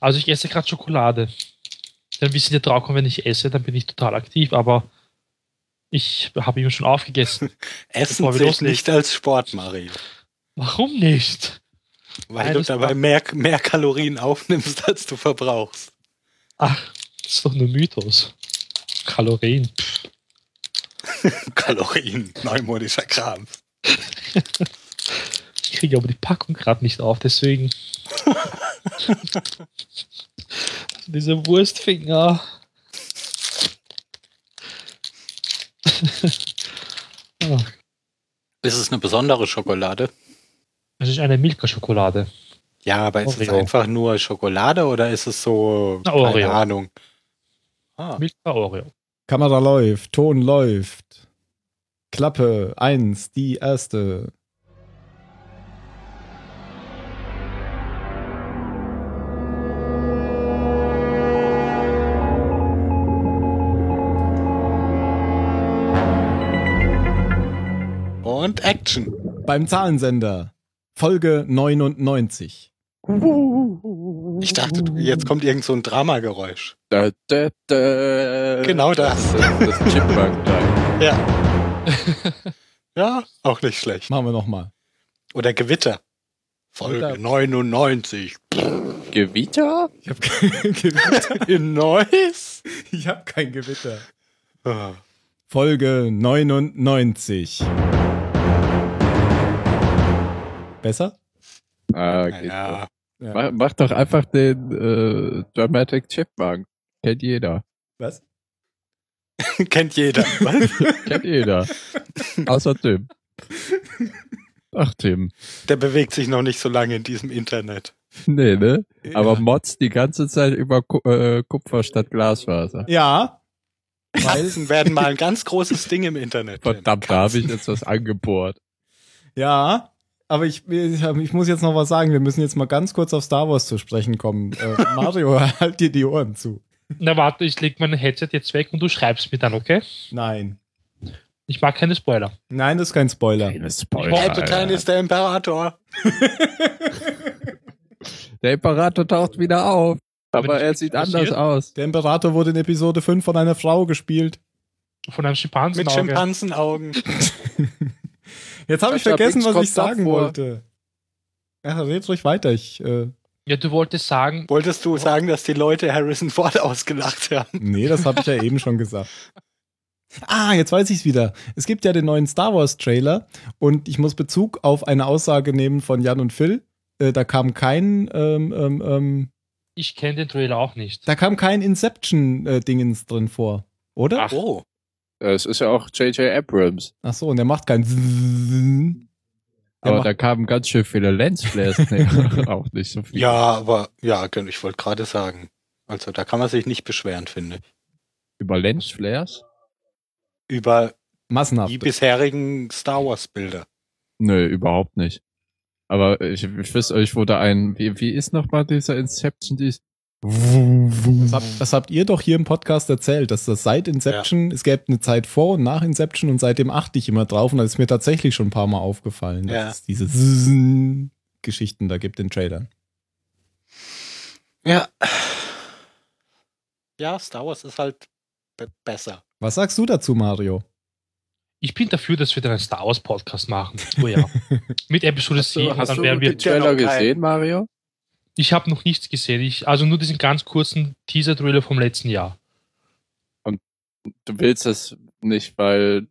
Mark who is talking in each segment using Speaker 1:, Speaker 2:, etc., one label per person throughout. Speaker 1: Also ich esse gerade Schokolade. Denn wie sie ja drauf kommen, wenn ich esse, dann bin ich total aktiv, aber ich habe immer schon aufgegessen.
Speaker 2: Essen zählt nicht als Sport, Mario.
Speaker 1: Warum nicht?
Speaker 2: Weil
Speaker 1: Nein,
Speaker 2: du
Speaker 1: das
Speaker 2: dabei
Speaker 1: war-
Speaker 2: mehr, mehr Kalorien aufnimmst, als du verbrauchst.
Speaker 1: Ach, das ist doch nur Mythos. Kalorien.
Speaker 2: Kalorien, neumodischer Kram.
Speaker 1: Ich kriege aber die Packung gerade nicht auf, deswegen. Diese Wurstfinger. Ah,
Speaker 2: Ist es eine besondere Schokolade?
Speaker 1: Das ist eine Milka-Schokolade.
Speaker 2: Ja, aber ist es
Speaker 1: Oreo.
Speaker 2: einfach nur Schokolade oder ist es so,
Speaker 1: Na,
Speaker 2: keine
Speaker 1: Oreo.
Speaker 2: Ahnung. Ah,
Speaker 1: Milka Oreo.
Speaker 3: Kamera läuft, Ton läuft. Klappe eins, die erste.
Speaker 2: und Action.
Speaker 3: Beim Zahlensender. Folge 99.
Speaker 2: Ich dachte, du- jetzt kommt irgend so ein Dramageräusch.
Speaker 4: Da, da, da.
Speaker 2: Genau das.
Speaker 4: Das Chipmunk da.
Speaker 2: Ja, auch nicht schlecht.
Speaker 3: Machen wir nochmal.
Speaker 2: Oder Gewitter. Folge
Speaker 3: Gewitter.
Speaker 2: 99.
Speaker 4: Gewitter?
Speaker 3: Ich habe kein Gewitter.
Speaker 2: In Neuss?
Speaker 3: Ich habe kein Gewitter.
Speaker 2: Ah.
Speaker 3: Folge 99. Besser?
Speaker 4: Ah, geht doch.
Speaker 2: Ja,
Speaker 4: mach, mach doch einfach den äh, Dramatic Chipmunk. Kennt jeder.
Speaker 3: Was?
Speaker 2: kennt jeder.
Speaker 4: Kennt jeder. Außer Tim. Ach, Tim.
Speaker 2: Der bewegt sich noch nicht so lange in diesem Internet.
Speaker 4: Nee, ne? Aber
Speaker 3: ja.
Speaker 4: Mods die ganze Zeit über Ku äh, Kupfer statt Glasfaser.
Speaker 3: ja. Weil,
Speaker 2: Katzen werden mal ein ganz großes Ding im Internet.
Speaker 4: Verdammt, da habe ich jetzt was angebohrt.
Speaker 3: ja. Aber ich, ich, hab- ich muss jetzt noch was sagen. Wir müssen jetzt mal ganz kurz auf Star Wars zu sprechen kommen. Äh, Mario, halt dir die Ohren zu.
Speaker 1: Na warte, ich leg mein Headset jetzt weg und du schreibst mir dann, okay?
Speaker 3: Nein.
Speaker 1: Ich mag keine Spoiler.
Speaker 3: Nein, das ist kein Spoiler.
Speaker 4: Spoiler.
Speaker 2: Palpatine ist der Imperator.
Speaker 4: Der Imperator taucht wieder auf.
Speaker 1: Aber
Speaker 4: Aber
Speaker 1: nicht
Speaker 4: er sieht
Speaker 1: interessiert?
Speaker 4: anders aus.
Speaker 3: Der Imperator wurde in Episode 5 von einer Frau gespielt.
Speaker 1: Von einem Schimpansen.
Speaker 2: Mit Schimpansenaugen.
Speaker 3: Jetzt habe ich
Speaker 4: Jar Jar
Speaker 3: vergessen,
Speaker 4: Binks
Speaker 3: was
Speaker 4: kommt
Speaker 3: ich sagen
Speaker 4: davor.
Speaker 3: wollte. Ja, red ruhig weiter. Ich, äh,
Speaker 1: Ja, du wolltest sagen,
Speaker 2: Wolltest du sagen, dass die Leute Harrison Ford ausgelacht haben?
Speaker 3: nee, das habe ich ja eben schon gesagt. Ah, jetzt weiß ich es wieder. Es gibt ja den neuen Star Wars Trailer und ich muss Bezug auf eine Aussage nehmen von Jan und Phil. Äh, da kam kein, ähm, ähm, ähm,
Speaker 1: ich kenne den Trailer auch nicht.
Speaker 3: da kam kein Inception-Dingens drin vor, oder? Ach.
Speaker 1: Ach.
Speaker 2: Oh.
Speaker 4: Es ist ja auch J.J. Abrams.
Speaker 3: so, und der macht kein. Zzzz. Der
Speaker 4: Aber
Speaker 3: macht-
Speaker 4: da kamen ganz schön viele Lensflares. Nee, auch nicht so viel.
Speaker 2: Ja, aber ja, genau, ich wollte gerade sagen. Also da kann man sich nicht beschweren, finde ich.
Speaker 4: Über Lensflares?
Speaker 2: Über
Speaker 3: massenhaft.
Speaker 2: die bisherigen Star Wars Bilder.
Speaker 4: Nö, überhaupt nicht. Aber ich, ich wüsste euch, wo da ein, wie, wie ist nochmal dieser Inception, dies?
Speaker 3: Das habt, das habt ihr doch hier im Podcast erzählt, dass das seit Inception, es gäbe eine Zeit vor und nach Inception und seitdem achte ich immer drauf und das ist mir tatsächlich schon ein paar Mal aufgefallen, dass
Speaker 2: Ja.
Speaker 3: es diese Zzzz Geschichten da gibt in Trailern.
Speaker 2: Ja. Ja, Star Wars ist halt be- besser.
Speaker 3: Was sagst du dazu, Mario?
Speaker 1: Ich bin dafür, dass wir dann einen Star Wars Podcast machen. Oh ja. Mit Episode 7,
Speaker 4: hast
Speaker 1: dann
Speaker 4: du
Speaker 1: wären wir.
Speaker 4: den Trailer
Speaker 2: Genau, kein-
Speaker 4: gesehen, Mario?
Speaker 1: Ich habe noch nichts gesehen. Ich, also nur diesen ganz kurzen Teaser-Trailer vom letzten Jahr.
Speaker 4: Du willst das nicht, weil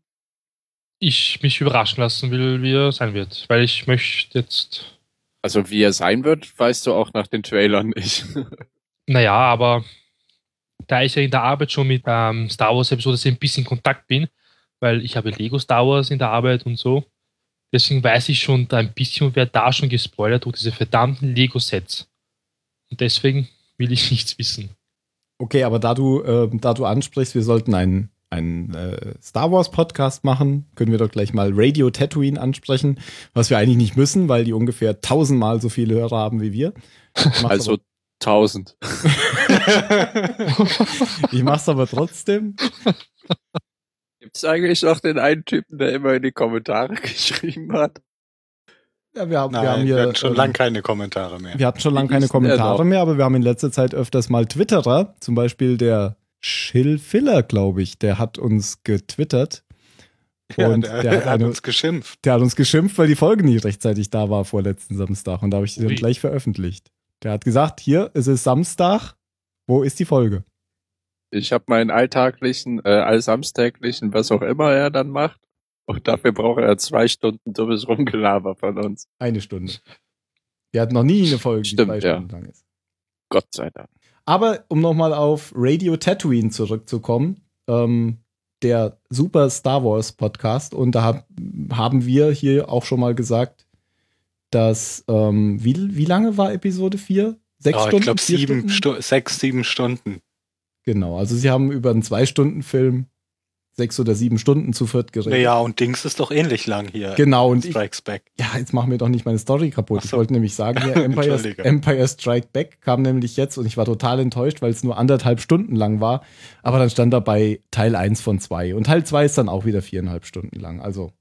Speaker 1: Ich mich überraschen lassen will, wie er sein wird. Weil ich möchte jetzt.
Speaker 4: Also wie er sein wird, weißt du auch nach den Trailern nicht.
Speaker 1: Naja, aber da ich ja in der Arbeit schon mit ähm, Star Wars Episode 7 ein bisschen in Kontakt bin, weil ich habe Lego Star Wars in der Arbeit und so. Deswegen weiß ich schon da ein bisschen, wer da schon gespoilert durch diese verdammten Lego-Sets. Und deswegen will ich nichts wissen.
Speaker 3: Okay, aber da du, ähm, da du ansprichst, wir sollten einen, einen äh, Star Wars Podcast machen, können wir doch gleich mal Radio Tatooine ansprechen, was wir eigentlich nicht müssen, weil die ungefähr tausendmal so viele Hörer haben wie wir. Macht's
Speaker 4: also 1000.
Speaker 3: aber, ich mach's aber trotzdem.
Speaker 4: Gibt's eigentlich noch den einen Typen, der immer in die Kommentare geschrieben hat?
Speaker 3: Ja, wir, haben-
Speaker 2: Nein,
Speaker 3: wir haben hier
Speaker 2: wir hatten schon
Speaker 3: ähm,
Speaker 2: lang keine Kommentare mehr.
Speaker 3: Wir hatten schon lange keine
Speaker 4: Ist denn
Speaker 3: Kommentare
Speaker 4: erlaubt?
Speaker 3: mehr, aber wir haben in letzter Zeit öfters mal Twitterer, zum Beispiel der Schill Filler, glaube ich, der hat uns getwittert. Und
Speaker 2: ja, der,
Speaker 3: der hat
Speaker 2: äh,
Speaker 3: also
Speaker 2: hat
Speaker 3: eine-
Speaker 2: uns geschimpft.
Speaker 3: Der hat uns geschimpft, weil die Folge nicht rechtzeitig da war vorletzten Samstag und da habe ich sie dann
Speaker 1: Ui.
Speaker 3: gleich veröffentlicht. Der hat gesagt, hier, es ist Samstag, wo ist die Folge?
Speaker 4: Ich habe meinen alltäglichen, äh, allsamstäglichen, was auch immer er dann macht. Und dafür braucht er zwei Stunden dummes Rumgelaber von uns.
Speaker 3: Eine Stunde. Der hat noch nie eine Folge,
Speaker 4: Stimmt,
Speaker 3: die zwei
Speaker 4: ja.
Speaker 3: Stunden lang ist.
Speaker 4: Gott sei Dank.
Speaker 3: Aber um nochmal auf Radio Tatooine zurückzukommen, ähm, der super Star Wars Podcast, und da hab, haben wir hier auch schon mal gesagt, dass, ähm, wie, wie lange war Episode 4? Sechs
Speaker 2: Oh,
Speaker 3: Stunden?
Speaker 2: ich glaube,
Speaker 3: Vier
Speaker 2: sieben
Speaker 3: Stunden?
Speaker 2: Stu sechs, sieben Stunden.
Speaker 3: Genau, also sie haben über einen Zwei-Stunden-Film sechs oder sieben Stunden zu viert geredet.
Speaker 2: Naja, und Dings ist doch ähnlich lang hier.
Speaker 3: Genau, und ich,
Speaker 2: Strikes Back.
Speaker 3: Ja, jetzt machen wir doch nicht meine Story kaputt.
Speaker 2: Ach so.
Speaker 3: Ich wollte nämlich sagen, hier Empire,
Speaker 2: Entschuldige.
Speaker 3: Empire Strike Back kam nämlich jetzt und ich war total enttäuscht, weil es nur anderthalb Stunden lang war. Aber dann stand dabei Teil 1 von 2. Und Teil 2 ist dann auch wieder viereinhalb Stunden lang. Also,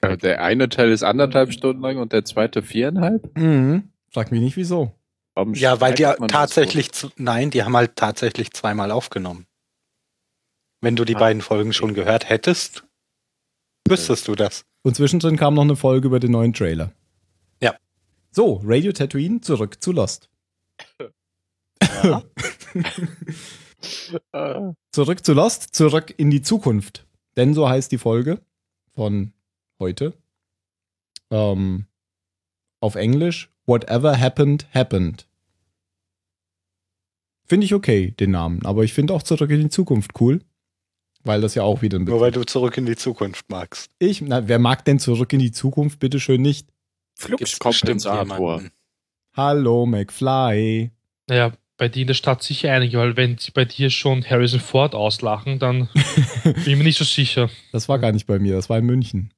Speaker 4: Äh, Der eine Teil ist anderthalb Stunden lang und der zweite viereinhalb?
Speaker 3: mhm. frag mich nicht wieso.
Speaker 4: Warum
Speaker 2: Ja, weil die
Speaker 4: streitet man das
Speaker 2: tatsächlich, zu- nein, die haben halt tatsächlich zweimal aufgenommen. Wenn du die
Speaker 4: Ah.
Speaker 2: beiden Folgen schon gehört hättest, wüsstest du das.
Speaker 3: Und zwischendrin kam noch eine Folge über den neuen Trailer.
Speaker 2: Ja.
Speaker 3: So, Radio Tatooine, zurück zu Lost.
Speaker 4: so? Äh,
Speaker 3: Zurück zu Lost, zurück in die Zukunft. Denn so heißt die Folge von heute. Ähm, auf Englisch, Whatever Happened, Happened. Finde ich okay, den Namen. Aber ich finde auch zurück in die Zukunft cool. Weil das ja auch wieder ein
Speaker 2: Nur weil du zurück in die Zukunft magst.
Speaker 3: Ich, na, wer mag denn zurück in die Zukunft? Bitte schön nicht.
Speaker 4: Fluxkompensator.
Speaker 3: Hallo, McFly.
Speaker 1: Naja, bei dir in der Stadt sicher einige, weil wenn sie bei dir schon Harrison Ford auslachen, dann bin ich mir nicht so sicher.
Speaker 3: Das war gar nicht bei mir, das war in München.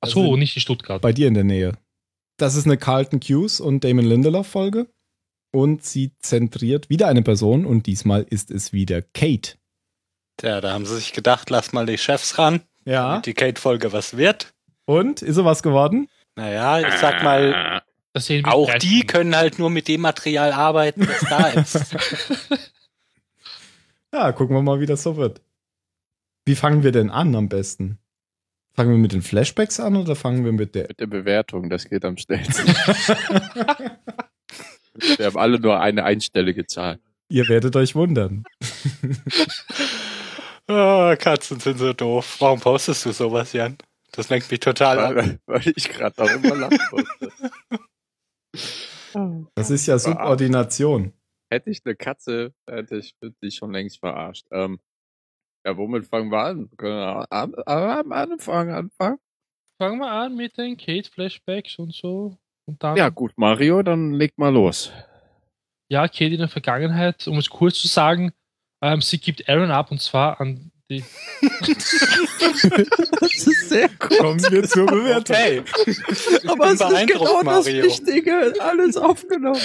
Speaker 1: Achso, nicht in Stuttgart.
Speaker 3: Also bei dir in der Nähe. Das ist eine Carlton Hughes und Damon Lindelof Folge. Und sie zentriert wieder eine Person und diesmal ist es wieder Kate.
Speaker 2: Tja, da haben sie sich gedacht, lass mal die Chefs ran,
Speaker 3: Ja.
Speaker 2: damit die Kate-Folge was wird.
Speaker 3: Und? Ist sowas geworden?
Speaker 2: Naja, ich sag mal,
Speaker 1: Das sehen wir
Speaker 2: auch
Speaker 1: gleich.
Speaker 2: die können halt nur mit dem Material arbeiten, das da ist.
Speaker 3: Ja, gucken wir mal, wie das so wird. Wie fangen wir denn an am besten? Fangen wir mit den Flashbacks an oder fangen wir mit der.
Speaker 4: Mit der Bewertung, das geht am schnellsten. Wir haben alle nur eine einstellige Zahl.
Speaker 3: Ihr werdet euch wundern.
Speaker 2: Ah, Katzen sind so doof. Warum postest du sowas, Jan? Das lenkt mich total ab.
Speaker 4: Weil, weil ich gerade noch immer lachen wollte.
Speaker 3: Das ist ja Subordination.
Speaker 4: Hätte ich eine Katze, hätte ich dich schon längst verarscht. Ähm, ja, womit fangen wir an? Können wir am, am Anfang anfangen?
Speaker 1: Fangen wir an mit den Kate-Flashbacks und so. Und dann,
Speaker 4: Ja,
Speaker 1: ja.
Speaker 4: gut, Mario, dann leg mal los.
Speaker 1: Kate in der Vergangenheit, um es kurz zu sagen, ähm, sie gibt Aaron ab und zwar an die.
Speaker 4: Das ist sehr gut.
Speaker 3: Kommen wir zur Bewertung.
Speaker 2: Hey, ich bin beeindruckt,
Speaker 4: genau
Speaker 2: Mario.
Speaker 4: Wichtige, alles aufgenommen.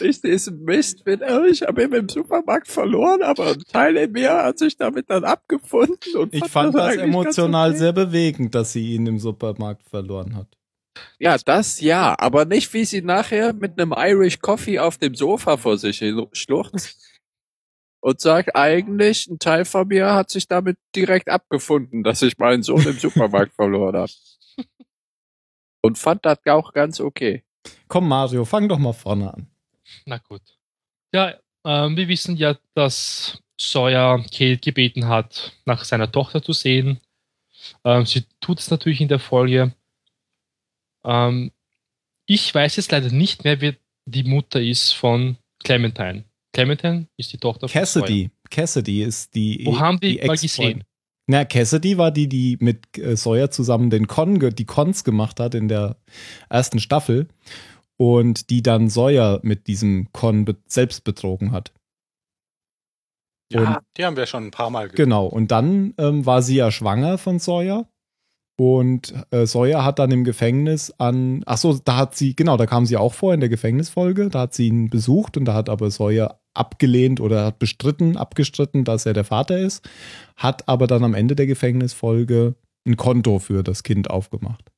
Speaker 4: Ich ist ein Mist, bin ehrlich, ich habe ihn im Supermarkt verloren, aber ein Teil in mir hat sich damit dann abgefunden. Und
Speaker 3: Ich fand das
Speaker 4: eigentlich ganz
Speaker 3: emotional
Speaker 4: okay.
Speaker 3: sehr bewegend, dass sie ihn im Supermarkt verloren hat.
Speaker 4: Ja, das ja, aber nicht wie sie nachher mit einem Irish Coffee auf dem Sofa vor sich hin schluchzt und sagt, eigentlich ein Teil von mir hat sich damit direkt abgefunden, dass ich meinen Sohn im Supermarkt verloren habe. Und fand das auch ganz okay.
Speaker 3: Komm, Mario, fang doch mal vorne an.
Speaker 1: Na gut. Ja, ähm, wir wissen ja, dass Sawyer Kate gebeten hat, nach seiner Tochter zu sehen. Ähm, sie tut es natürlich in der Folge. Ähm, ich weiß jetzt leider nicht mehr, wer die Mutter ist von Clementine. Clementine ist die Tochter von
Speaker 3: Cassidy. Cassidy ist die.
Speaker 1: Sawyer. Wo haben die, mal
Speaker 3: Ex-Freundin.
Speaker 1: gesehen?
Speaker 3: Na, Cassidy war die, die mit äh, Sawyer zusammen den Con, ge- die Cons gemacht hat in der ersten Staffel und die dann Sawyer mit diesem Con be selbst betrogen hat.
Speaker 2: Ja, die haben wir schon ein paar Mal gesehen.
Speaker 3: Genau. Und dann ähm, war sie ja schwanger von Sawyer. Und äh, Sawyer hat dann im Gefängnis an, ach so, da hat sie, genau, da kam sie auch vor in der Gefängnisfolge, da hat sie ihn besucht und da hat aber Sawyer abgelehnt oder hat bestritten, abgestritten, dass er der Vater ist, hat aber dann am Ende der Gefängnisfolge ein Konto für das Kind aufgemacht.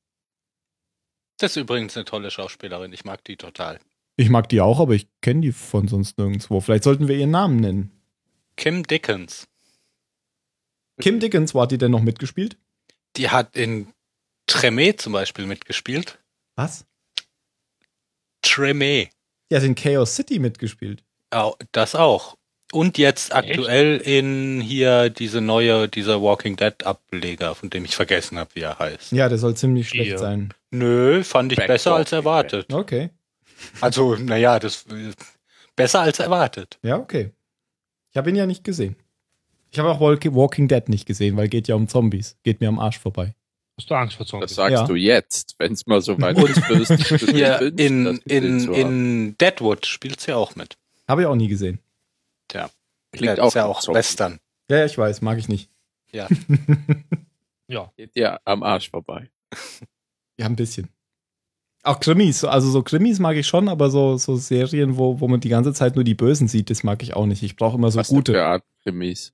Speaker 2: Das ist übrigens eine tolle Schauspielerin. Ich mag die total.
Speaker 3: Ich mag die auch, aber ich kenne die von sonst nirgendwo. Vielleicht sollten wir ihren Namen nennen.
Speaker 2: Kim Dickens.
Speaker 3: Kim Dickens, wo hat die denn noch mitgespielt?
Speaker 2: Die hat in Tremé zum Beispiel mitgespielt.
Speaker 3: Was?
Speaker 2: Tremé.
Speaker 3: Die hat in Chaos City mitgespielt.
Speaker 2: Au- Das auch. Und jetzt aktuell in hier diese neue, dieser Walking Dead Ableger, von dem ich vergessen habe, wie er heißt.
Speaker 3: Ja, der soll ziemlich schlecht
Speaker 1: Hier.
Speaker 3: sein.
Speaker 2: Nö, fand ich
Speaker 4: Back
Speaker 2: besser als
Speaker 4: Walking
Speaker 2: erwartet.
Speaker 3: Okay.
Speaker 2: Also, naja, das äh, besser als erwartet.
Speaker 3: Ja, okay. Ich habe ihn ja nicht gesehen. Ich habe auch Walk- Walking Dead nicht gesehen, weil geht ja um Zombies. Geht mir am Arsch vorbei.
Speaker 1: Hast du Angst vor
Speaker 4: Das
Speaker 1: Zombies?
Speaker 4: sagst
Speaker 3: Ja.
Speaker 4: du jetzt, wenn es mal so weit ist. würdest du bestimmt
Speaker 2: Hier
Speaker 4: wünschen,
Speaker 2: in,
Speaker 4: das gesehen
Speaker 2: in,
Speaker 4: zu haben.
Speaker 2: in Deadwood spielt sie auch mit.
Speaker 3: Habe ich auch nie gesehen.
Speaker 4: Klingt
Speaker 2: ja,
Speaker 4: auch
Speaker 2: ist ja
Speaker 4: nach
Speaker 2: auch
Speaker 4: Zombie.
Speaker 2: Western.
Speaker 3: Ja, ja, ich weiß, mag ich nicht.
Speaker 2: Ja.
Speaker 1: Ja.
Speaker 4: Geht ja am Arsch vorbei.
Speaker 3: Ja, ein bisschen. Auch Krimis, so- also so Krimis mag ich schon, aber so, so Serien, wo, wo man die ganze Zeit nur die Bösen sieht, das mag ich auch nicht. Ich brauche immer so
Speaker 4: Was denn
Speaker 3: gute.
Speaker 4: für Art Krimis?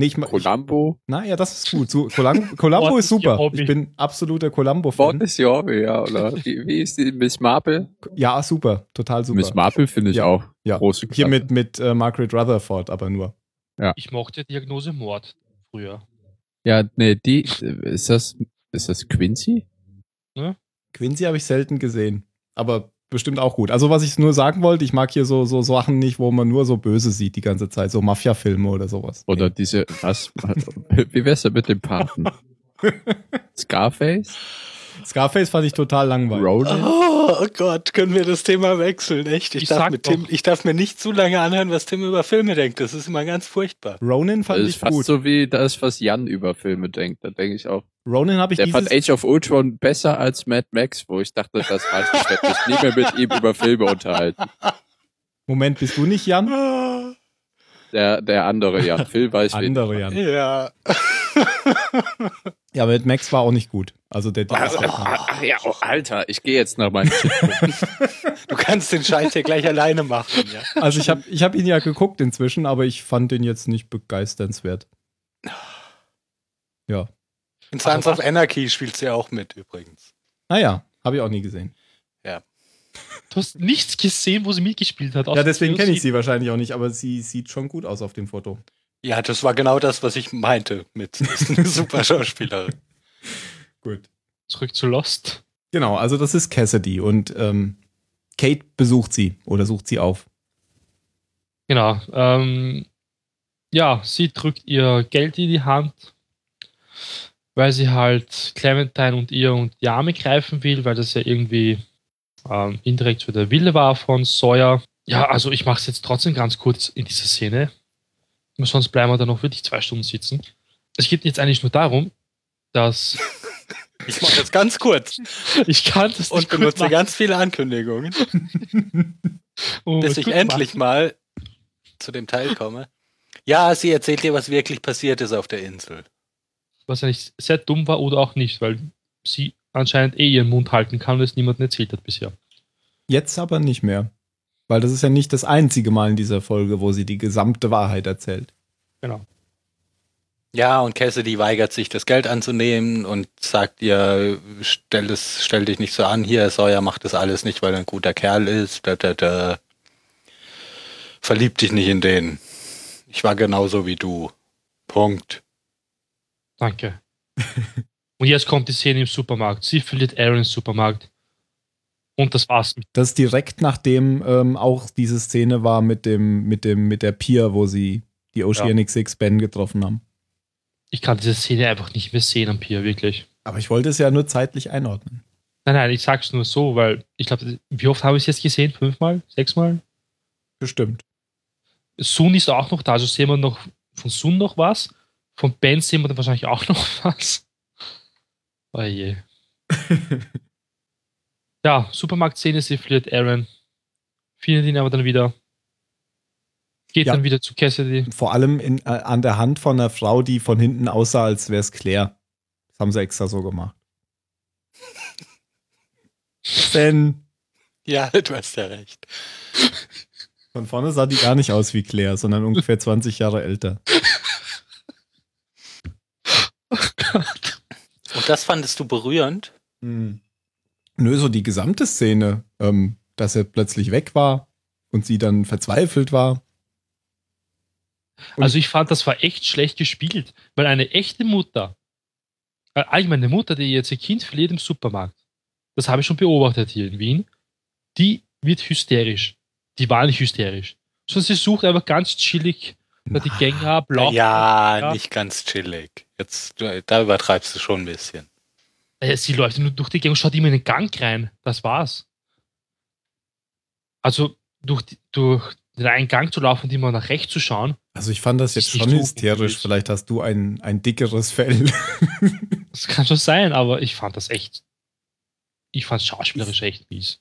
Speaker 3: Nee, ich, Mhm. mag- ich,
Speaker 4: Columbo?
Speaker 3: na ja, das ist gut. So, Colum- Columbo
Speaker 1: What
Speaker 3: ist
Speaker 1: is your
Speaker 3: super.
Speaker 1: hobby?
Speaker 3: Ich bin absoluter
Speaker 4: Born
Speaker 3: Columbo-Fan.
Speaker 4: is your Hobby, ja, oder? Wie, wie ist die Miss Marple?
Speaker 3: Ja, super. Total super.
Speaker 4: Miss Marple finde ich
Speaker 3: Ja,
Speaker 4: auch
Speaker 3: ja.
Speaker 4: große
Speaker 3: Hier
Speaker 4: Klasse.
Speaker 3: mit, mit äh, Margaret Rutherford, aber nur.
Speaker 1: Ich mochte Diagnose Mord früher.
Speaker 4: Ja, nee, die, ist das, ist das Quincy?
Speaker 3: Quincy habe ich selten gesehen, aber bestimmt auch gut. Also was ich nur sagen wollte, ich mag hier so, so Sachen nicht, wo man nur so Böse sieht die ganze Zeit, so Mafia-Filme oder sowas.
Speaker 4: Oder diese, was, wie wär's denn mit dem Paten? Scarface?
Speaker 3: Nee. Scarface fand ich total langweilig.
Speaker 4: Roland?
Speaker 2: Oh, oh Gott, können wir das Thema wechseln? Echt? Ich,
Speaker 1: Ich
Speaker 2: darf,
Speaker 1: sag
Speaker 2: mit Tim,
Speaker 1: doch.
Speaker 2: ich darf mir nicht zu lange anhören, was Tim über Filme denkt. Das ist immer ganz furchtbar.
Speaker 3: Ronin fand
Speaker 4: Das ist
Speaker 3: ich
Speaker 4: fast
Speaker 3: gut.
Speaker 4: so wie das, was Jan über Filme denkt. Da denke ich auch.
Speaker 3: Ronin habe ich
Speaker 4: Der fand
Speaker 3: dieses...
Speaker 4: Age of Ultron besser als Mad Max, wo ich dachte, das reicht. Ich werde mich nie mehr mit ihm über Filme unterhalten.
Speaker 3: Moment, bist du nicht Jan?
Speaker 2: Ah,
Speaker 4: Der, der andere Jan. Phil weiß wen.
Speaker 3: Andere Jan.
Speaker 2: Ja.
Speaker 3: Ja, aber Max war auch nicht gut. Also der, der
Speaker 4: Also, ach, ach ja, oh, Alter, ich gehe jetzt nach meinem Schiff.
Speaker 2: Du kannst den Scheiß hier gleich alleine machen. Ja.
Speaker 3: Also ich habe ich hab ihn ja geguckt inzwischen, aber ich fand den jetzt nicht begeisternswert.
Speaker 2: In Sons of Anarchy spielt sie auch mit übrigens.
Speaker 3: Naja, habe ich auch nie gesehen.
Speaker 1: Du hast nichts gesehen, wo sie mitgespielt hat.
Speaker 3: Ja, deswegen kenne ich sie wahrscheinlich auch nicht, aber sie sieht schon gut aus auf dem Foto.
Speaker 2: Ja, das war genau das, was ich meinte mit sie ist eine super Schauspielerin.
Speaker 3: Gut.
Speaker 1: Zurück zu Lost.
Speaker 3: Genau, also das ist Cassidy und ähm, Kate besucht sie oder sucht sie auf.
Speaker 1: Genau. Ähm, ja, sie drückt ihr Geld in die Hand, weil sie halt Clementine und ihr und die Arme greifen will, weil das ja irgendwie ähm, indirekt so der Wille war von Sawyer. Ja, also ich mache es jetzt trotzdem ganz kurz in dieser Szene. Nur Sonst bleiben wir da noch wirklich zwei Stunden sitzen. Es geht jetzt eigentlich nur darum, dass
Speaker 2: Ich mache das ganz kurz
Speaker 1: ich kann das
Speaker 2: und
Speaker 1: nicht gut
Speaker 2: benutze
Speaker 1: machen,
Speaker 2: ganz viele Ankündigungen,
Speaker 1: um
Speaker 2: bis
Speaker 1: es
Speaker 2: ich
Speaker 1: gut
Speaker 2: endlich
Speaker 1: machen.
Speaker 2: mal zu dem Teil komme. Ja, sie erzählt dir, was wirklich passiert ist auf der Insel.
Speaker 1: was ja nicht sehr dumm war oder auch nicht, weil sie anscheinend eh ihren Mund halten kann und es niemandem erzählt hat bisher.
Speaker 3: Jetzt aber nicht mehr. Weil das ist ja nicht das einzige Mal in dieser Folge, wo sie die gesamte Wahrheit erzählt.
Speaker 2: Ja, und Cassidy weigert sich, das Geld anzunehmen und sagt ihr, stell, es, stell dich nicht so an, hier, Sawyer macht das alles nicht, weil er ein guter Kerl ist. Da, da, da. Verlieb dich nicht in den. Ich war genauso wie du. Punkt.
Speaker 1: Danke. und jetzt kommt die Szene im Supermarkt. Sie verliert Aaron im Supermarkt. Und das war's. mit-
Speaker 3: Das ist direkt nachdem ähm, auch diese Szene war mit dem, mit dem, mit der Pier, wo sie die Oceanic Six Ben getroffen haben.
Speaker 1: Ich kann diese Szene einfach nicht mehr sehen am Pier, wirklich.
Speaker 3: Aber ich wollte es ja nur zeitlich einordnen.
Speaker 1: Nein, nein, ich sag's nur so, weil ich glaube, wie oft habe ich es jetzt gesehen? Fünfmal? Sechsmal?
Speaker 3: Bestimmt.
Speaker 1: Sun ist auch noch da, also sehen wir noch von Sun noch was. Von Ben sehen wir dann wahrscheinlich auch noch was. Oh je. ja, Supermarkt-Szene, sie verliert Aaron. Findet ihn aber dann wieder. Geht
Speaker 3: Ja.
Speaker 1: dann wieder zu Cassidy.
Speaker 3: Vor allem in, äh, an der Hand von einer Frau, die von hinten aussah, als wäre es Claire. Das haben sie extra so gemacht. Ben.
Speaker 2: Ja, du hast ja recht.
Speaker 3: Von vorne sah die gar nicht aus wie Claire, sondern ungefähr 20 Jahre älter.
Speaker 2: das fandest du berührend?
Speaker 3: Hm. Nö, so die gesamte Szene, ähm, dass er plötzlich weg war und sie dann verzweifelt war. Und-
Speaker 1: Also ich fand, das war echt schlecht gespielt, weil eine echte Mutter, äh, allgemein eine Mutter, die jetzt ihr Kind verliert im Supermarkt, das habe ich schon beobachtet hier in Wien, die wird hysterisch. Die war nicht hysterisch. Sondern sie sucht einfach ganz chillig da die Gänge ab, lauft.
Speaker 2: ja,
Speaker 1: ja.
Speaker 2: nicht ganz chillig. Jetzt, äh, da übertreibst du schon ein bisschen.
Speaker 1: Äh, Sie läuft nur durch die Gänge und schaut immer in den Gang rein. Das war's. Also durch, die, durch den einen Gang zu laufen und immer nach rechts zu schauen,
Speaker 3: Also ich fand das jetzt
Speaker 1: Ist nicht
Speaker 3: schon
Speaker 1: so
Speaker 3: hysterisch.
Speaker 1: unüblich.
Speaker 3: Vielleicht hast du ein, ein dickeres Fell.
Speaker 1: das kann schon sein, aber ich fand das echt. Ich fand schauspielerisch echt mies.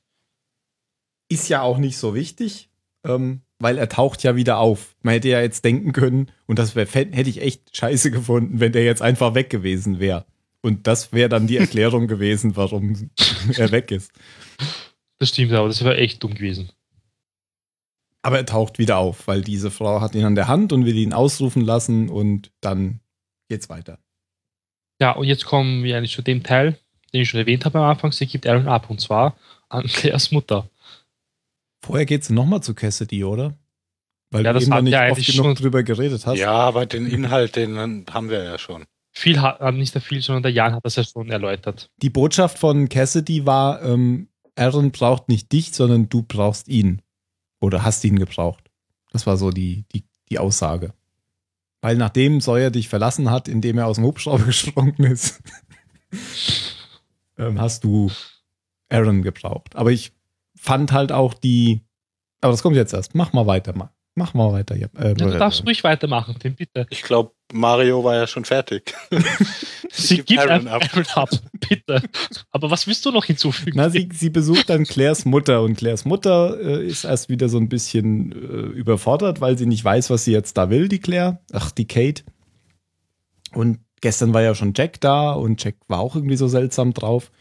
Speaker 3: Ist ja auch nicht so wichtig, ähm, weil er taucht ja wieder auf. Man hätte ja jetzt denken können, und das wär, fä- hätte ich echt scheiße gefunden, wenn der jetzt einfach weg gewesen wäre. Und das wäre dann die Erklärung gewesen, warum er weg ist.
Speaker 1: Das stimmt, aber das wäre echt dumm gewesen.
Speaker 3: Aber er taucht wieder auf, weil diese Frau hat ihn an der Hand und will ihn ausrufen lassen und dann geht's weiter.
Speaker 1: Ja, und jetzt kommen wir eigentlich zu dem Teil, den ich schon erwähnt habe am Anfang. Sie gibt Aaron ab und zwar an Claires Mutter.
Speaker 3: Vorher geht's nochmal zu Cassidy, oder? Weil
Speaker 1: Ja,
Speaker 3: du
Speaker 1: das
Speaker 3: eben noch
Speaker 1: hat
Speaker 3: nicht
Speaker 1: ja
Speaker 3: oft
Speaker 1: eigentlich
Speaker 3: genug
Speaker 1: schon-
Speaker 3: drüber geredet hast.
Speaker 2: Ja, aber den Inhalt, den haben wir ja schon.
Speaker 1: Viel hat, äh, nicht der viel, sondern der Jan hat das ja schon erläutert.
Speaker 3: Die Botschaft von Cassidy war, ähm, Aaron braucht nicht dich, sondern du brauchst ihn. Oder hast ihn gebraucht. Das war so die, die, die Aussage. Weil nachdem Sawyer dich verlassen hat, indem er aus dem Hubschrauber gesprungen ist, ähm, hast du Aaron gebraucht. Aber ich fand halt auch die. Aber das kommt jetzt erst. Mach mal weiter. Mach, mach mal weiter. Ja, äh,
Speaker 1: Ja, du darfst ruhig weitermachen, Tim, bitte.
Speaker 2: Ich glaube, Mario war ja schon fertig.
Speaker 1: Sie
Speaker 2: gibt
Speaker 1: gibt Aaron,
Speaker 2: Aaron ab.
Speaker 1: Aaron ab, bitte. Aber was willst du noch hinzufügen?
Speaker 3: Na, sie, sie besucht dann Claires Mutter und Claires Mutter äh, ist erst wieder so ein bisschen äh, überfordert, weil sie nicht weiß, was sie jetzt da will, die Claire. Ach, die Kate. Und gestern war ja schon Jack da und Jack war auch irgendwie so seltsam drauf.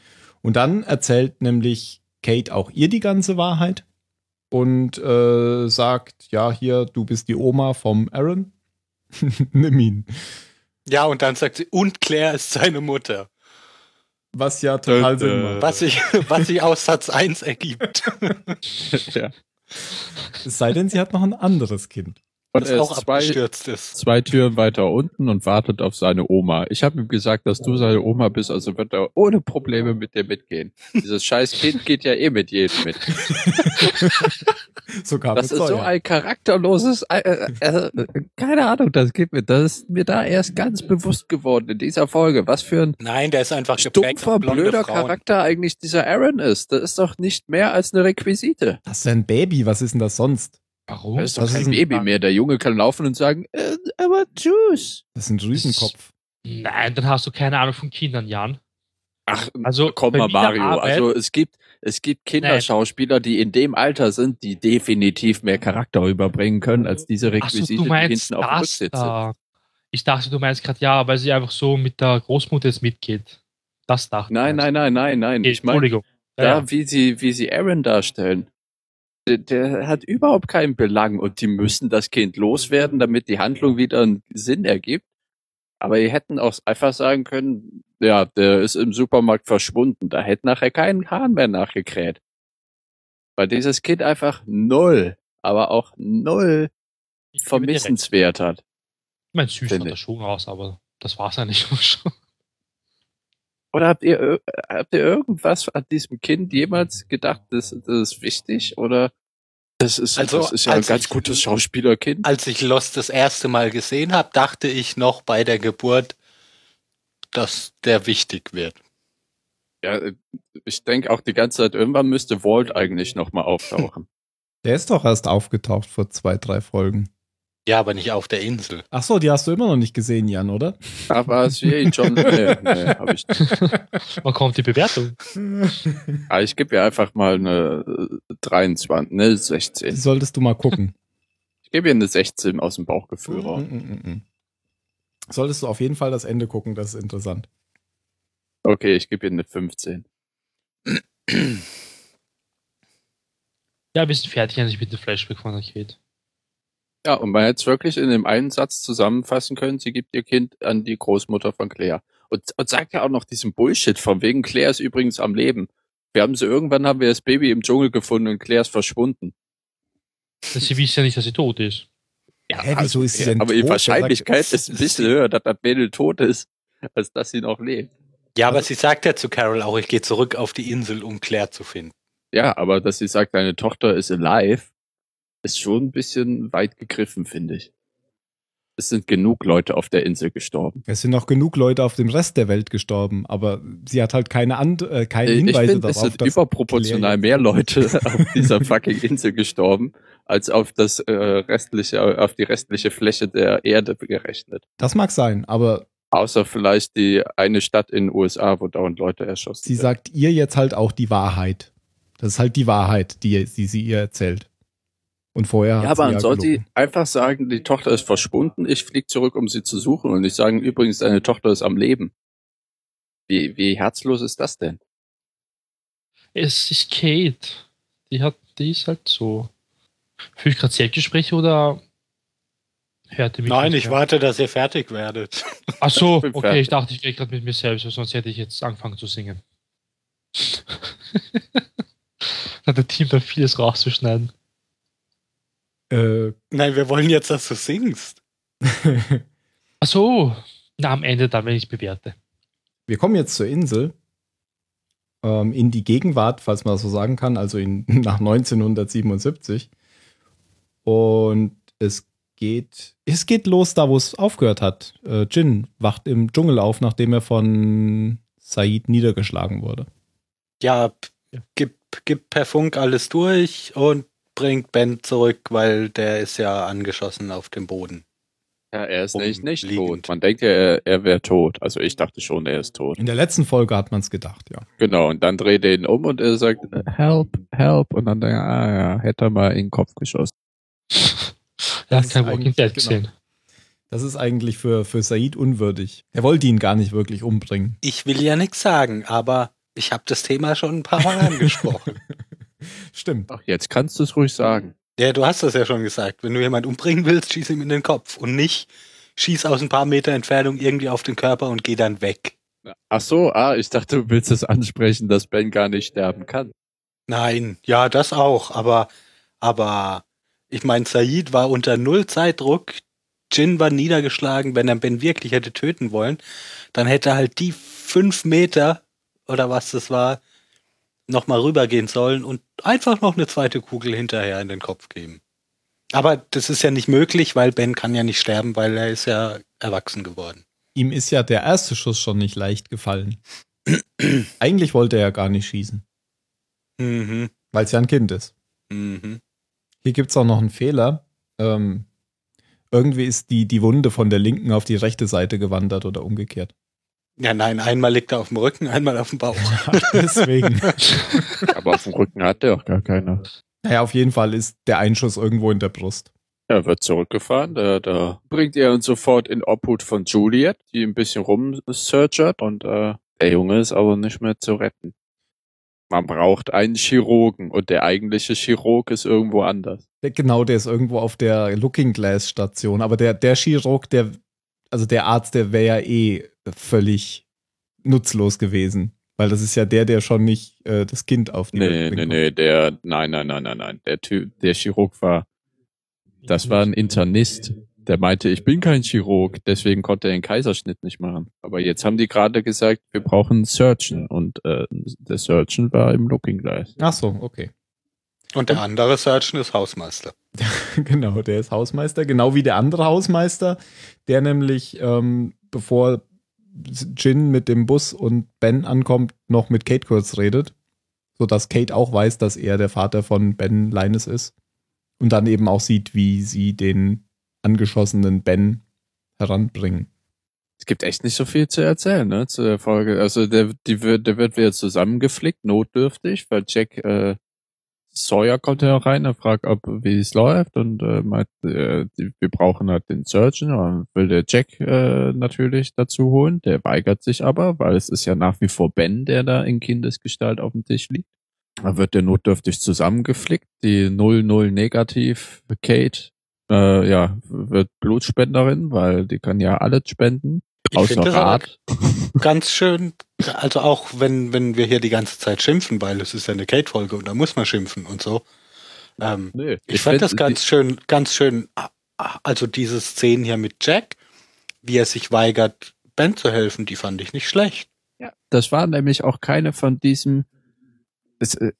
Speaker 3: Und dann erzählt nämlich Kate auch ihr die ganze Wahrheit und äh, sagt, ja, hier, du bist die Oma vom Aaron. Nimm ihn.
Speaker 2: Ja, und dann sagt sie, und Claire ist seine Mutter.
Speaker 3: Was ja total
Speaker 4: Äh,
Speaker 3: Sinn macht.
Speaker 2: Was sich was sich aus Satz 1 ergibt.
Speaker 4: ja.
Speaker 3: Es sei denn, sie hat noch ein anderes Kind.
Speaker 4: Und
Speaker 2: Das
Speaker 4: er
Speaker 2: auch
Speaker 4: ist zwei,
Speaker 2: abgestürzt ist.
Speaker 4: zwei Türen weiter unten und wartet auf seine Oma. Ich habe ihm gesagt, dass du seine Oma bist, also wird er ohne Probleme mit dir mitgehen. Dieses scheiß Kind geht ja eh mit jedem mit.
Speaker 3: Sogar
Speaker 4: Das
Speaker 3: mit
Speaker 4: ist so
Speaker 3: Sawyer.
Speaker 4: ein charakterloses, äh, äh, äh, keine Ahnung, das geht mir, das ist mir da erst ganz bewusst geworden in dieser Folge, was für ein
Speaker 2: Nein, der ist einfach geprägt
Speaker 4: stumpfer,
Speaker 2: von blonde
Speaker 4: blöder
Speaker 2: Frauen.
Speaker 4: Charakter eigentlich dieser Aaron ist. Das ist doch nicht mehr als eine Requisite.
Speaker 3: Das ist ja ein Baby, was ist denn das sonst?
Speaker 1: Warum?
Speaker 4: Das ist doch
Speaker 3: das
Speaker 4: kein
Speaker 3: ist ein-
Speaker 4: Baby mehr. Der Junge kann laufen und sagen, äh, aber tschüss.
Speaker 3: Das ist ein Drüsenkopf.
Speaker 1: Nein, dann hast du keine Ahnung von Kindern, Jan.
Speaker 4: Ach,
Speaker 1: Also,
Speaker 4: komm
Speaker 1: bei
Speaker 4: mal,
Speaker 1: mir
Speaker 4: Mario.
Speaker 1: Arbeit-
Speaker 4: Also es gibt, es gibt Kinderschauspieler, die in dem Alter sind, die definitiv mehr Charakter rüberbringen können als diese
Speaker 1: Achso,
Speaker 4: Requisite,
Speaker 1: du
Speaker 4: die
Speaker 1: meinst
Speaker 4: hinten auf dem
Speaker 1: das
Speaker 4: Rücksitz sind.
Speaker 1: da. Ich dachte, du meinst gerade ja, weil sie einfach so mit der Großmutter jetzt mitgeht. Das dachte
Speaker 4: Nein,
Speaker 1: ich.
Speaker 4: nein, nein, nein, nein.
Speaker 1: Okay,
Speaker 4: Ich meine,
Speaker 1: Entschuldigung. Ja,
Speaker 4: da,
Speaker 1: ja.
Speaker 4: wie sie, wie sie Aaron darstellen. Der, der hat überhaupt keinen Belang und die müssen das Kind loswerden, damit die Handlung wieder einen Sinn ergibt. Aber die hätten auch einfach sagen können, ja, der ist im Supermarkt verschwunden. Da hätte nachher keinen Hahn mehr nachgekräht. Weil dieses Kind einfach null, aber auch null
Speaker 1: Ich gebe dir recht.
Speaker 4: vermissenswert hat.
Speaker 1: Ich meine, süß sah
Speaker 4: Finde
Speaker 1: das schon aus, aber das war's eigentlich auch schon.
Speaker 4: Oder habt ihr, ir- habt ihr irgendwas an diesem Kind jemals gedacht, das, das ist wichtig? Oder das ist,
Speaker 2: Also,
Speaker 4: das ist ja ein
Speaker 2: als
Speaker 4: ganz
Speaker 2: ich-
Speaker 4: gutes Schauspielerkind.
Speaker 2: Als ich Lost das erste Mal gesehen habe, dachte ich noch bei der Geburt, dass der wichtig wird.
Speaker 4: Ja, ich denke auch die ganze Zeit, irgendwann müsste Walt eigentlich nochmal auftauchen.
Speaker 3: Der ist doch erst aufgetaucht vor zwei, drei Folgen.
Speaker 2: Ja, aber nicht auf der Insel.
Speaker 3: Ach so, die hast du immer noch nicht gesehen, Jan, oder?
Speaker 4: Aber es wie John, nee, nee, hab ich, nicht.
Speaker 1: Wann kommt die Bewertung?
Speaker 4: ah, ich gebe ihr einfach mal eine äh, 23, ne,
Speaker 3: Die
Speaker 4: 16.
Speaker 3: solltest du mal gucken.
Speaker 4: Ich gebe ihr eine 16 aus dem Bauchgefühl raus.
Speaker 2: Mhm.
Speaker 3: Mm, mm, mm, mm. Solltest du auf jeden Fall das Ende gucken, das ist interessant.
Speaker 4: Okay, ich gebe ihr eine 15.
Speaker 1: Ja, wir sind fertig eigentlich mit dem Flashback von der Kate.
Speaker 4: Ja, und man hätte es wirklich in dem einen Satz zusammenfassen können, sie gibt ihr Kind an die Großmutter von Claire. Und, und sagt ja auch noch diesen Bullshit von wegen Claire ist übrigens am Leben. Wir haben sie irgendwann haben wir das Baby im Dschungel gefunden und Claire ist verschwunden.
Speaker 1: Sie wissen ja nicht, dass sie tot ist.
Speaker 4: Ja, also,
Speaker 3: Hä, wieso ist sie denn
Speaker 4: aber
Speaker 3: tot?
Speaker 4: die Wahrscheinlichkeit
Speaker 3: Der
Speaker 4: ist
Speaker 3: sagt,
Speaker 4: ein bisschen höher, dass das Mädel tot ist, als dass sie noch lebt.
Speaker 2: Ja, aber sie sagt ja zu Carol auch, ich gehe zurück auf die Insel, um Claire zu finden.
Speaker 4: Ja, aber dass sie sagt, deine Tochter ist alive, ist schon ein bisschen weit gegriffen, finde ich. Es sind genug Leute auf der Insel gestorben.
Speaker 3: Es sind noch genug Leute auf dem Rest der Welt gestorben, aber sie hat halt keine, And äh, keine
Speaker 4: ich
Speaker 3: Hinweise
Speaker 4: finde, es
Speaker 3: darauf,
Speaker 4: sind überproportional mehr Leute auf dieser fucking Insel gestorben, als auf das äh, restliche, auf die restliche Fläche der Erde gerechnet.
Speaker 3: Das mag sein, aber
Speaker 4: Außer vielleicht die eine Stadt in den USA, wo dauernd Leute erschossen
Speaker 3: sie
Speaker 4: werden.
Speaker 3: sagt ihr jetzt halt auch die Wahrheit. Das ist halt die Wahrheit, die, die sie ihr erzählt. Und vorher
Speaker 4: Ja,
Speaker 3: hat
Speaker 4: aber
Speaker 3: sie
Speaker 4: man sollte
Speaker 3: gelogen.
Speaker 4: einfach sagen, die Tochter ist verschwunden, ich fliege zurück, um sie zu suchen und nicht sagen, übrigens, deine Tochter ist am Leben. Wie, wie herzlos ist das denn?
Speaker 1: Es ist Kate. Die hat, die ist halt so. Fühle ich gerade Selbstgespräche oder hörte mich?
Speaker 2: Nein,
Speaker 1: nicht
Speaker 2: ich
Speaker 1: mehr?
Speaker 2: warte, dass ihr fertig werdet.
Speaker 1: Ach so,
Speaker 4: Ich bin
Speaker 1: okay, ich
Speaker 4: fertig.
Speaker 1: dachte, ich rede gerade mit mir selbst, weil sonst hätte ich jetzt angefangen zu singen. Hat der Team dann vieles rauszuschneiden.
Speaker 3: Äh,
Speaker 2: Nein, wir wollen jetzt, dass du singst.
Speaker 1: Ach so, na, am Ende dann, wenn ich bewerte.
Speaker 3: Wir kommen jetzt zur Insel, ähm, in die Gegenwart, falls man das so sagen kann, also in, nach 1977. Und es geht, es geht los da, wo es aufgehört hat. Äh, Jin wacht im Dschungel auf, nachdem er von Said niedergeschlagen wurde.
Speaker 2: Ja, p- gib, gib per Funk alles durch und bringt Ben zurück, weil der ist ja angeschossen auf dem Boden.
Speaker 4: Ja, er ist
Speaker 2: Um
Speaker 4: nicht, nicht
Speaker 2: liegend.
Speaker 4: tot. Man denkt ja, er, er wäre tot. Also ich dachte schon, er ist tot.
Speaker 3: In der letzten Folge hat man es gedacht, ja.
Speaker 4: Genau, und dann dreht er ihn um und er sagt, help, help. Und dann denkt er, ah ja, hätte er mal in den Kopf geschossen.
Speaker 1: Er
Speaker 3: Das
Speaker 1: hat
Speaker 3: ist
Speaker 1: kein Walking
Speaker 3: eigentlich-
Speaker 1: Dead
Speaker 3: genau.
Speaker 1: gesehen.
Speaker 3: Das ist eigentlich für, für Said unwürdig. Er wollte ihn gar nicht wirklich umbringen.
Speaker 2: Ich will ja nichts sagen, aber ich habe das Thema schon ein paar Mal angesprochen.
Speaker 3: Stimmt.
Speaker 4: Ach, jetzt kannst du es ruhig sagen.
Speaker 2: Ja, du hast das ja schon gesagt. Wenn du jemanden umbringen willst, schieß ihm in den Kopf und nicht schieß aus ein paar Meter Entfernung irgendwie auf den Körper und geh dann weg.
Speaker 4: Ach so, ah, ich dachte, du willst es ansprechen, dass Ben gar nicht sterben kann.
Speaker 2: Nein, ja, das auch, aber, aber ich meine, Said war unter null Zeitdruck. Jin war niedergeschlagen, wenn er Ben wirklich hätte töten wollen, dann hätte er halt die fünf Meter oder was das war, nochmal rübergehen sollen und einfach noch eine zweite Kugel hinterher in den Kopf geben. Aber das ist ja nicht möglich, weil Ben kann ja nicht sterben, weil er ist ja erwachsen geworden.
Speaker 3: Ihm ist ja der erste Schuss schon nicht leicht gefallen. eigentlich wollte er ja gar nicht schießen,
Speaker 2: Mhm.
Speaker 3: weil es ja ein Kind ist.
Speaker 2: Mhm.
Speaker 3: Hier gibt es auch noch einen Fehler. Ähm, irgendwie ist die, die Wunde von der linken auf die rechte Seite gewandert oder umgekehrt.
Speaker 2: Ja, nein, einmal liegt er auf dem Rücken, einmal auf dem Bauch.
Speaker 3: Deswegen.
Speaker 4: Aber auf dem Rücken hat er auch gar keiner.
Speaker 3: naja, auf jeden Fall ist der Einschuss irgendwo in der Brust.
Speaker 4: Er wird zurückgefahren, da, da bringt er uns sofort in Obhut von Juliet, die ein bisschen rumsearchert und äh, der Junge ist aber nicht mehr zu retten. Man braucht einen Chirurgen und der eigentliche Chirurg ist irgendwo anders.
Speaker 3: Der, genau, der ist irgendwo auf der Looking Glass Station. Aber der, der Chirurg, der, also der Arzt, der wäre ja eh völlig nutzlos gewesen. Weil das ist ja der, der schon nicht äh, das Kind auf die
Speaker 4: Nee,
Speaker 3: Welt
Speaker 4: nee,
Speaker 3: bringt.
Speaker 4: nee, der, nein, nein, nein, nein, nein. Der Typ, der Chirurg war, das war ein Internist. Der meinte, ich bin kein Chirurg, deswegen konnte er den Kaiserschnitt nicht machen. Aber jetzt haben die gerade gesagt, wir brauchen einen Surgeon und äh, der Surgeon war im Looking Glass.
Speaker 3: Ach so, okay.
Speaker 2: Und der andere Surgeon ist Hausmeister.
Speaker 3: Genau, der ist Hausmeister, genau wie der andere Hausmeister, der nämlich, ähm, bevor Jin mit dem Bus und Ben ankommt, noch mit Kate kurz redet, sodass Kate auch weiß, dass er der Vater von Ben Linus ist. Und dann eben auch sieht, wie sie den angeschossenen Ben heranbringen.
Speaker 4: Es gibt echt nicht so viel zu erzählen, ne, zu der Folge. Also der, die wird, der wird wieder zusammengeflickt, notdürftig, weil Jack äh, Sawyer kommt ja rein und fragt, ob wie es läuft und äh, meint, äh, die- wir brauchen halt den Surgeon und will der Jack äh, natürlich dazu holen. Der weigert sich aber, weil es ist ja nach wie vor Ben, der da in Kindesgestalt auf dem Tisch liegt. Dann wird der notdürftig zusammengeflickt. Die 0-0 negativ Kate äh, ja, wird Blutspenderin, weil die kann ja alles spenden.
Speaker 2: Ich
Speaker 4: Aus
Speaker 2: finde das aber
Speaker 4: Rat.
Speaker 2: ganz schön, also auch wenn, wenn wir hier die ganze Zeit schimpfen, weil es ist ja eine Kate-Folge und da muss man schimpfen und so. Ähm,
Speaker 4: Nö.
Speaker 2: ich, fand
Speaker 4: find,
Speaker 2: das ganz schön, ganz schön, ah, ah, also diese Szenen hier mit Jack, wie er sich weigert, Ben zu helfen, die fand ich nicht schlecht.
Speaker 4: Ja, das war nämlich auch keine von diesem es, äh,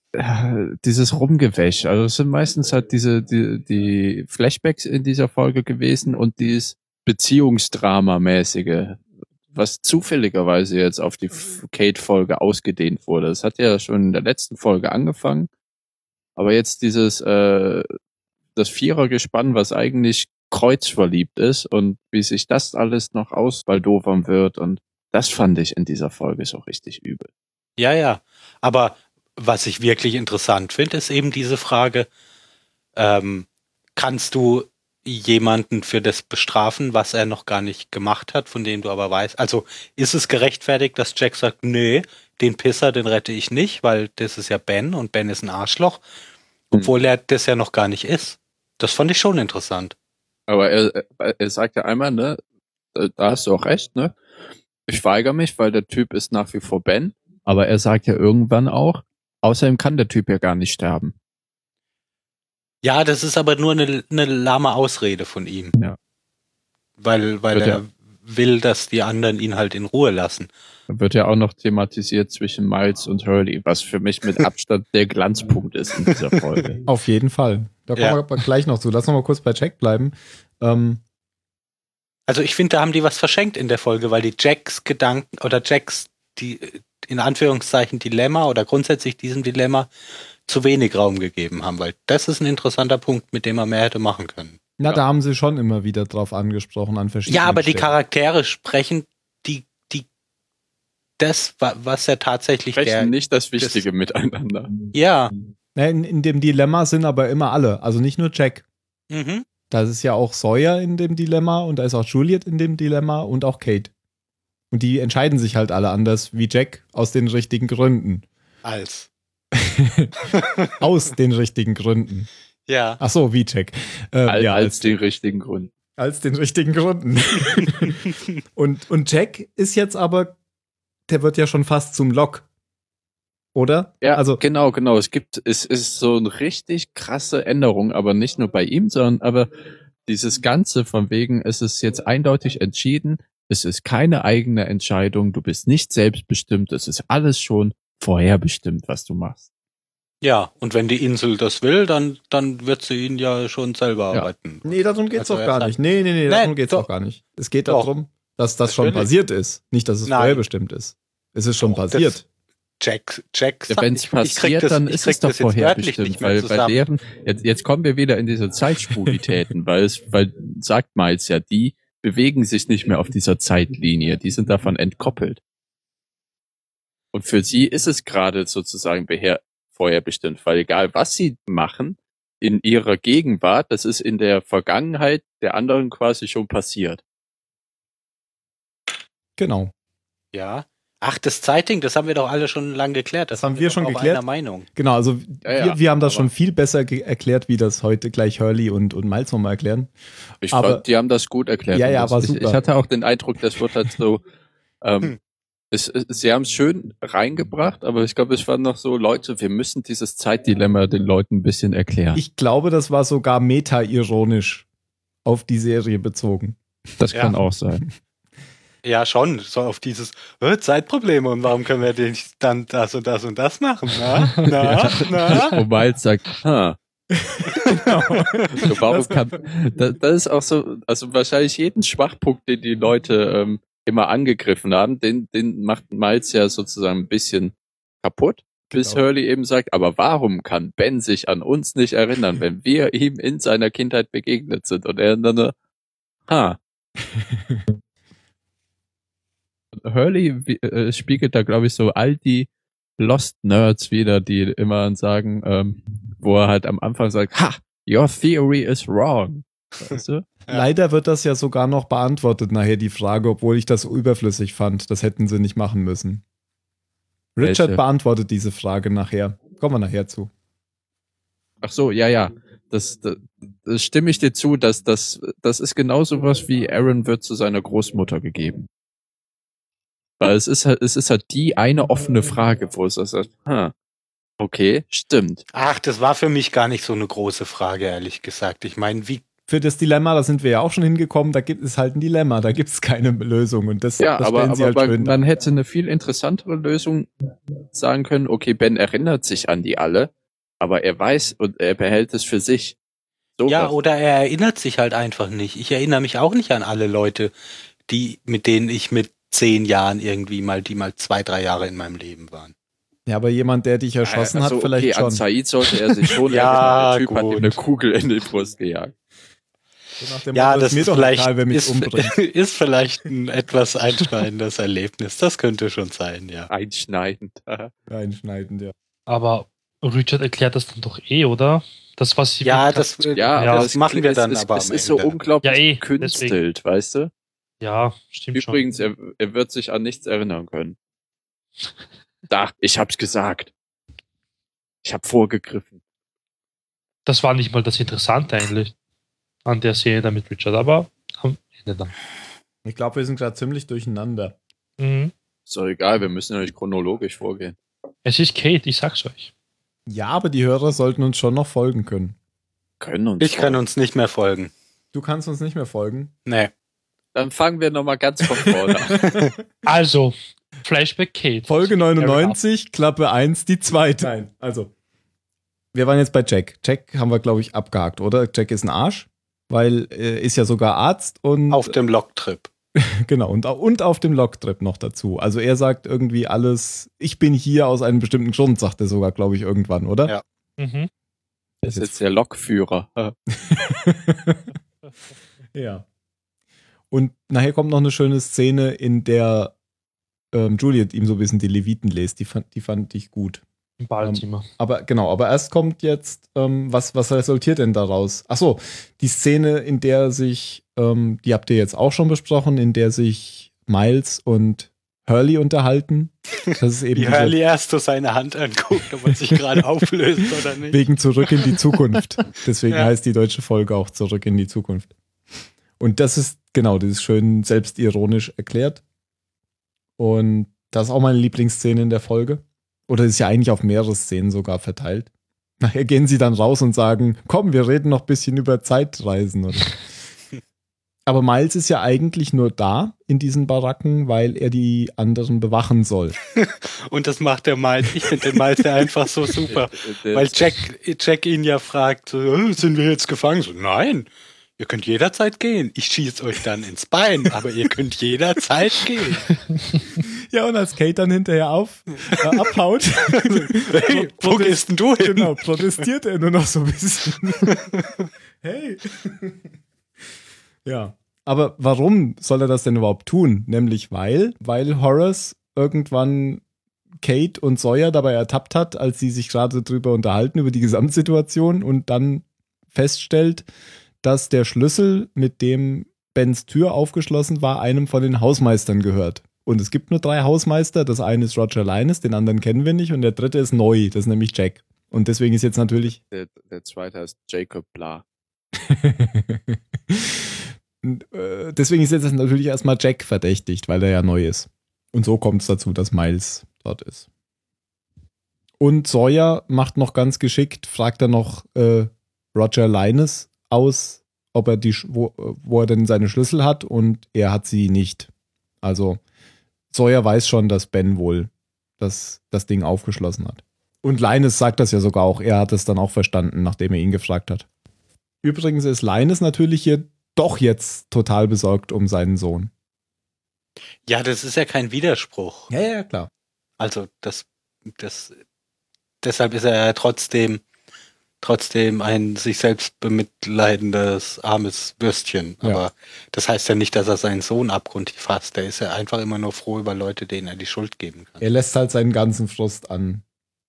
Speaker 4: dieses Rumgewäsch. Also es sind meistens halt diese die, die Flashbacks in dieser Folge gewesen und dieses Beziehungsdrama-mäßige, was zufälligerweise jetzt auf die F- Kate-Folge ausgedehnt wurde. Das hat ja schon in der letzten Folge angefangen. Aber jetzt dieses äh, das Vierergespann, was eigentlich kreuzverliebt ist und wie sich das alles noch ausbaldovern wird und das fand ich in dieser Folge so richtig übel.
Speaker 2: Ja, ja. Aber was ich wirklich interessant finde, ist eben diese Frage, ähm, kannst du jemanden für das bestrafen, was er noch gar nicht gemacht hat, von dem du aber weißt? Also ist es gerechtfertigt, dass Jack sagt, nee, den Pisser, den rette ich nicht, weil das ist ja Ben und Ben ist ein Arschloch, obwohl er das ja noch gar nicht ist. Das fand ich schon interessant.
Speaker 4: Aber er, er sagt ja einmal, ne, da da hast du auch recht, ne? Ich weigere mich, weil der Typ ist nach wie vor Ben. Aber er sagt ja irgendwann auch, außerdem kann der Typ ja gar nicht sterben.
Speaker 2: Ja, das ist aber nur eine, eine lahme Ausrede von ihm.
Speaker 4: Ja.
Speaker 2: Weil, weil
Speaker 4: Wird ja-
Speaker 2: er will, dass die anderen ihn halt in Ruhe lassen.
Speaker 4: Da wird ja auch noch thematisiert zwischen Miles und Hurley, was für mich mit Abstand der Glanzpunkt ist in dieser Folge.
Speaker 3: Auf jeden Fall. Da kommen
Speaker 2: Ja.
Speaker 3: wir aber gleich noch zu. Lass noch mal kurz bei Jack bleiben. Ähm,
Speaker 2: Also ich finde, da haben die was verschenkt in der Folge, weil die Jacks Gedanken oder Jacks, die äh, in Anführungszeichen Dilemma oder grundsätzlich diesem Dilemma zu wenig Raum gegeben haben, weil das ist ein interessanter Punkt, mit dem man mehr hätte machen können.
Speaker 3: na,
Speaker 4: Ja.
Speaker 3: da haben sie schon immer wieder drauf angesprochen an verschiedenen
Speaker 2: Ja, aber die
Speaker 3: Stellen.
Speaker 2: Charaktere sprechen die, die, das, wa- was ja tatsächlich
Speaker 4: Sprechen
Speaker 2: der,
Speaker 4: nicht das Wichtige miteinander.
Speaker 2: ja,
Speaker 3: Na, In, in dem Dilemma sind aber immer alle. Also nicht nur Jack.
Speaker 2: mhm.
Speaker 3: Da ist ja auch Sawyer in dem Dilemma und da ist auch Juliet in dem Dilemma und auch Kate. Und die entscheiden sich halt alle anders wie Jack aus den richtigen Gründen.
Speaker 2: als,
Speaker 3: Aus den richtigen Gründen.
Speaker 2: ja,
Speaker 3: Ach so, wie Jack. Äh,
Speaker 4: Als,
Speaker 3: ja,
Speaker 4: als den richtigen Grund.
Speaker 3: Als den richtigen Gründen. und, und Jack ist jetzt aber, der wird ja schon fast zum Lock. Oder?
Speaker 4: Ja, also
Speaker 3: Also,
Speaker 4: genau, genau. Es gibt, es ist so eine richtig krasse Änderung, aber nicht nur bei ihm, sondern aber dieses Ganze von wegen, es ist jetzt eindeutig entschieden, es ist keine eigene Entscheidung, du bist nicht selbstbestimmt, es ist alles schon vorherbestimmt, was du machst.
Speaker 2: ja, und wenn die Insel das will, dann, dann wird sie ihn ja schon selber
Speaker 4: Ja.
Speaker 2: arbeiten.
Speaker 3: nee, darum geht's
Speaker 2: Also,
Speaker 3: doch
Speaker 2: ja,
Speaker 3: gar
Speaker 2: klar.
Speaker 3: nicht. Nee, nee, nee,
Speaker 2: Nein,
Speaker 3: darum geht's
Speaker 2: doch.
Speaker 3: doch gar nicht. Es geht
Speaker 2: Doch.
Speaker 3: darum, dass das schon
Speaker 2: Natürlich.
Speaker 3: passiert ist. Nicht, dass es
Speaker 2: Nein.
Speaker 3: vorherbestimmt ist. Es ist schon
Speaker 2: Doch, das-
Speaker 3: passiert.
Speaker 2: Jack, Jack,
Speaker 4: Ja, Wenn
Speaker 2: ich-
Speaker 4: es
Speaker 2: ich krieg
Speaker 4: passiert,
Speaker 2: das-
Speaker 4: dann
Speaker 2: ich
Speaker 4: ist
Speaker 2: krieg
Speaker 4: es doch
Speaker 2: das jetzt wörtlich
Speaker 4: vorherbestimmt,
Speaker 2: nicht mehr
Speaker 4: weil bei
Speaker 2: zusammen.
Speaker 4: deren, jetzt, jetzt kommen wir wieder in diese Zeitspulitäten, weil es, weil sagt Miles ja, die bewegen sich nicht mehr auf dieser Zeitlinie, die sind davon entkoppelt. Und für sie ist es gerade sozusagen beher, vorherbestimmt, weil egal was sie machen, in ihrer Gegenwart, das ist in der Vergangenheit der anderen quasi schon passiert.
Speaker 3: Genau.
Speaker 2: Ja. Ach, das Zeitding, das haben wir doch alle schon lange geklärt.
Speaker 3: Das haben wir
Speaker 2: doch
Speaker 3: schon
Speaker 2: auch
Speaker 3: geklärt.
Speaker 2: Einer Meinung.
Speaker 3: Genau, also
Speaker 4: Ja, ja,
Speaker 3: wir, wir haben das
Speaker 4: aber-
Speaker 3: schon viel besser ge- erklärt, wie das heute gleich Hurley und, und Miles nochmal erklären.
Speaker 4: Ich
Speaker 3: Aber-
Speaker 4: fand, die haben das gut erklärt.
Speaker 3: Ja, ja,
Speaker 4: Und das-
Speaker 3: war
Speaker 4: ich,
Speaker 3: super.
Speaker 4: ich hatte auch den Eindruck, das wird halt so, ähm,
Speaker 2: Hm.
Speaker 4: es, es, sie haben es schön reingebracht, aber ich glaube, es waren noch so Leute, wir müssen dieses Zeitdilemma den Leuten ein bisschen erklären.
Speaker 3: Ich glaube, das war sogar meta-ironisch auf die Serie bezogen.
Speaker 4: das
Speaker 2: ja.
Speaker 4: kann auch sein.
Speaker 2: Ja, schon. So auf dieses äh, Zeitprobleme und warum können wir denn nicht dann das und das und das machen? Na, na, na.
Speaker 4: Und Miles sagt, ha,
Speaker 3: Genau.
Speaker 4: so warum kann, das, das ist auch so, also wahrscheinlich jeden Schwachpunkt, den die Leute ähm, immer angegriffen haben, den, den macht Miles ja sozusagen ein bisschen kaputt. Bis
Speaker 3: Genau.
Speaker 4: Hurley eben sagt, aber warum kann Ben sich an uns nicht erinnern, wenn wir ihm in seiner Kindheit begegnet sind? Und er dann, nur, ha. Und Hurley wie- äh, spiegelt da, glaube ich, so all die Lost Nerds wieder, die immer sagen, ähm, wo er halt am Anfang sagt, ha, your theory is wrong. Weißt du?
Speaker 3: Leider wird das ja sogar noch beantwortet nachher die Frage, obwohl ich das überflüssig fand. Das hätten sie nicht machen müssen. Richard
Speaker 4: Welche?
Speaker 3: beantwortet diese Frage nachher. Kommen wir nachher zu.
Speaker 4: Ach so, ja, ja. Das, das, das genau stimme ich dir zu, dass das, das ist genauso was wie Aaron wird zu seiner Großmutter gegeben. Weil es ist halt, es ist halt die eine offene Frage, wo es ist, ha, okay, stimmt.
Speaker 2: Ach, das war für mich gar nicht so eine große Frage, ehrlich gesagt. Ich meine, wie
Speaker 3: Für das Dilemma, da sind wir ja auch schon hingekommen, da gibt es halt ein Dilemma, da gibt es keine Lösung. Und das,
Speaker 4: Ja,
Speaker 3: das
Speaker 4: aber,
Speaker 3: stellen sie
Speaker 4: aber
Speaker 3: halt
Speaker 4: man,
Speaker 3: schön
Speaker 4: man
Speaker 3: dar.
Speaker 4: hätte eine viel interessantere Lösung sagen können, okay, Ben erinnert sich an die alle, aber er weiß und er behält es für sich. So
Speaker 2: Ja,
Speaker 4: was.
Speaker 2: oder er erinnert sich halt einfach nicht. Ich erinnere mich auch nicht an alle Leute, die, mit denen ich mit zehn Jahren irgendwie mal, die mal zwei, drei Jahre in meinem Leben waren.
Speaker 3: Ja, aber jemand, der dich erschossen
Speaker 4: Also,
Speaker 3: hat, vielleicht
Speaker 4: okay,
Speaker 3: schon.
Speaker 4: An Said sollte er sich schon
Speaker 2: Ja,
Speaker 4: erinnern, der Typ hat ihm
Speaker 2: gut.
Speaker 4: eine Kugel in die Brust gejagt.
Speaker 3: So nach dem
Speaker 2: Ja,
Speaker 3: Motto,
Speaker 2: das
Speaker 3: mir
Speaker 2: ist
Speaker 3: doch
Speaker 2: vielleicht,
Speaker 3: egal, wer mich
Speaker 2: ist,
Speaker 3: umbringt.
Speaker 2: ist vielleicht ein etwas einschneidendes Erlebnis. Das könnte schon sein, ja.
Speaker 4: Einschneidend.
Speaker 3: Reinschneiden, ja.
Speaker 1: Aber Richard erklärt das dann doch eh, oder? Das, was sie
Speaker 2: Ja,
Speaker 1: mit-
Speaker 2: das, äh,
Speaker 4: Ja,
Speaker 1: Ja,
Speaker 4: aber
Speaker 2: das
Speaker 4: es-
Speaker 2: machen wir
Speaker 4: es,
Speaker 2: dann
Speaker 4: es,
Speaker 2: aber
Speaker 4: Es
Speaker 2: am
Speaker 4: ist so um-
Speaker 2: Ende.
Speaker 4: unglaublich
Speaker 1: Ja, eh,
Speaker 4: gekünstelt, weißt du?
Speaker 1: ja stimmt
Speaker 4: Übrigens, er, er wird sich an nichts erinnern können. Da, ich hab's gesagt. Ich hab vorgegriffen.
Speaker 1: schon. Das war nicht mal das Interessante eigentlich an der Szene da mit Richard, aber am Ende dann.
Speaker 3: Ich glaube, wir sind gerade ziemlich durcheinander.
Speaker 1: Mhm.
Speaker 4: Ist doch egal, wir müssen ja nicht chronologisch vorgehen.
Speaker 1: Es ist Kate, ich sag's euch.
Speaker 3: Ja, aber die Hörer sollten uns schon noch folgen können.
Speaker 4: Können uns.
Speaker 2: Ich kann
Speaker 4: doch.
Speaker 2: uns nicht mehr folgen.
Speaker 3: Du kannst uns nicht mehr folgen.
Speaker 2: Nee.
Speaker 4: Dann fangen wir nochmal ganz von vorne an.
Speaker 1: Also, Flashback Kate.
Speaker 3: Folge 99, Klappe 1, die zweite. Nein, also. Wir waren jetzt bei Jack. Jack haben wir, glaube ich, abgehakt, oder? Jack ist ein Arsch, weil äh, ist ja sogar Arzt und
Speaker 2: Auf dem Logtrip.
Speaker 3: genau und, au- und auf dem Logtrip noch dazu. Also er sagt irgendwie alles, ich bin hier aus einem bestimmten Grund, sagt er sogar, glaube ich, irgendwann, oder?
Speaker 2: Ja.
Speaker 1: Mhm.
Speaker 4: Das ist jetzt der Lokführer.
Speaker 3: ja. Und nachher kommt noch eine schöne Szene, in der ähm, Juliet ihm so ein bisschen die Leviten lässt. Die fand, die fand ich gut.
Speaker 1: Im Badezimmer.
Speaker 3: Aber genau, aber erst kommt jetzt, ähm, was, was resultiert denn daraus? Ach so, die Szene, in der sich, ähm, die habt ihr jetzt auch schon besprochen, in der sich Miles und Hurley unterhalten. Das ist eben
Speaker 2: Wie
Speaker 3: diese-
Speaker 2: Hurley erst so seine Hand anguckt, ob er sich gerade auflöst oder nicht.
Speaker 3: Wegen Zurück in die Zukunft. Deswegen
Speaker 2: Ja.
Speaker 3: heißt die deutsche Folge auch Zurück in die Zukunft. Und das ist, genau, das ist schön selbstironisch erklärt. Und das ist auch meine Lieblingsszene in der Folge. Oder ist ja eigentlich auf mehrere Szenen sogar verteilt. Nachher gehen sie dann raus und sagen, komm, wir reden noch ein bisschen über Zeitreisen. Oder? Aber Miles ist ja eigentlich nur da in diesen Baracken, weil er die anderen bewachen soll.
Speaker 2: Und das macht der Miles. Ich finde den Miles ja einfach so super. Weil Jack, Jack ihn ja fragt, so, "Äh, sind wir jetzt gefangen? So, nein, ihr könnt jederzeit gehen. Ich schieße euch dann ins Bein, aber ihr könnt jederzeit gehen.
Speaker 3: Ja, und als Kate dann hinterher auf, äh, abhaut,
Speaker 2: Hey, wo gehst denn du hin?
Speaker 3: Genau, protestiert er nur noch so ein bisschen. hey. ja. Aber warum soll er das denn überhaupt tun? Nämlich weil, weil Horace irgendwann Kate und Sawyer dabei ertappt hat, als sie sich gerade drüber unterhalten, über die Gesamtsituation und dann feststellt, dass der Schlüssel, mit dem Bens Tür aufgeschlossen war, einem von den Hausmeistern gehört. Und es gibt nur drei Hausmeister. Das eine ist Roger Linus, den anderen kennen wir nicht. Und der dritte ist neu, das ist nämlich Jack. Und deswegen ist jetzt natürlich.
Speaker 4: Der, der zweite heißt Jacob Bla.
Speaker 3: Und, äh, deswegen ist jetzt natürlich erstmal Jack verdächtigt, weil er ja neu ist. Und so kommt es dazu, dass Miles dort ist. Und Sawyer macht noch ganz geschickt, fragt er noch äh, Roger Linus aus, ob er die, Sch- wo, äh, wo er denn seine Schlüssel hat und er hat sie nicht. Also Sawyer weiß schon, dass Ben wohl das, das Ding aufgeschlossen hat. Und Linus sagt das ja sogar auch. Er hat es dann auch verstanden, nachdem er ihn gefragt hat. Übrigens ist Linus natürlich hier doch jetzt total besorgt um seinen Sohn.
Speaker 2: Ja, das ist ja kein Widerspruch.
Speaker 3: Ja, ja, klar.
Speaker 2: Also das, das, deshalb ist er ja trotzdem, trotzdem ein sich selbst bemitleidendes armes Würstchen.
Speaker 3: Ja.
Speaker 2: Aber das heißt ja nicht, dass er seinen Sohn abgrundtief hasst. Der ist ja einfach immer nur froh über Leute, denen er die Schuld geben kann.
Speaker 3: Er lässt halt seinen ganzen Frust an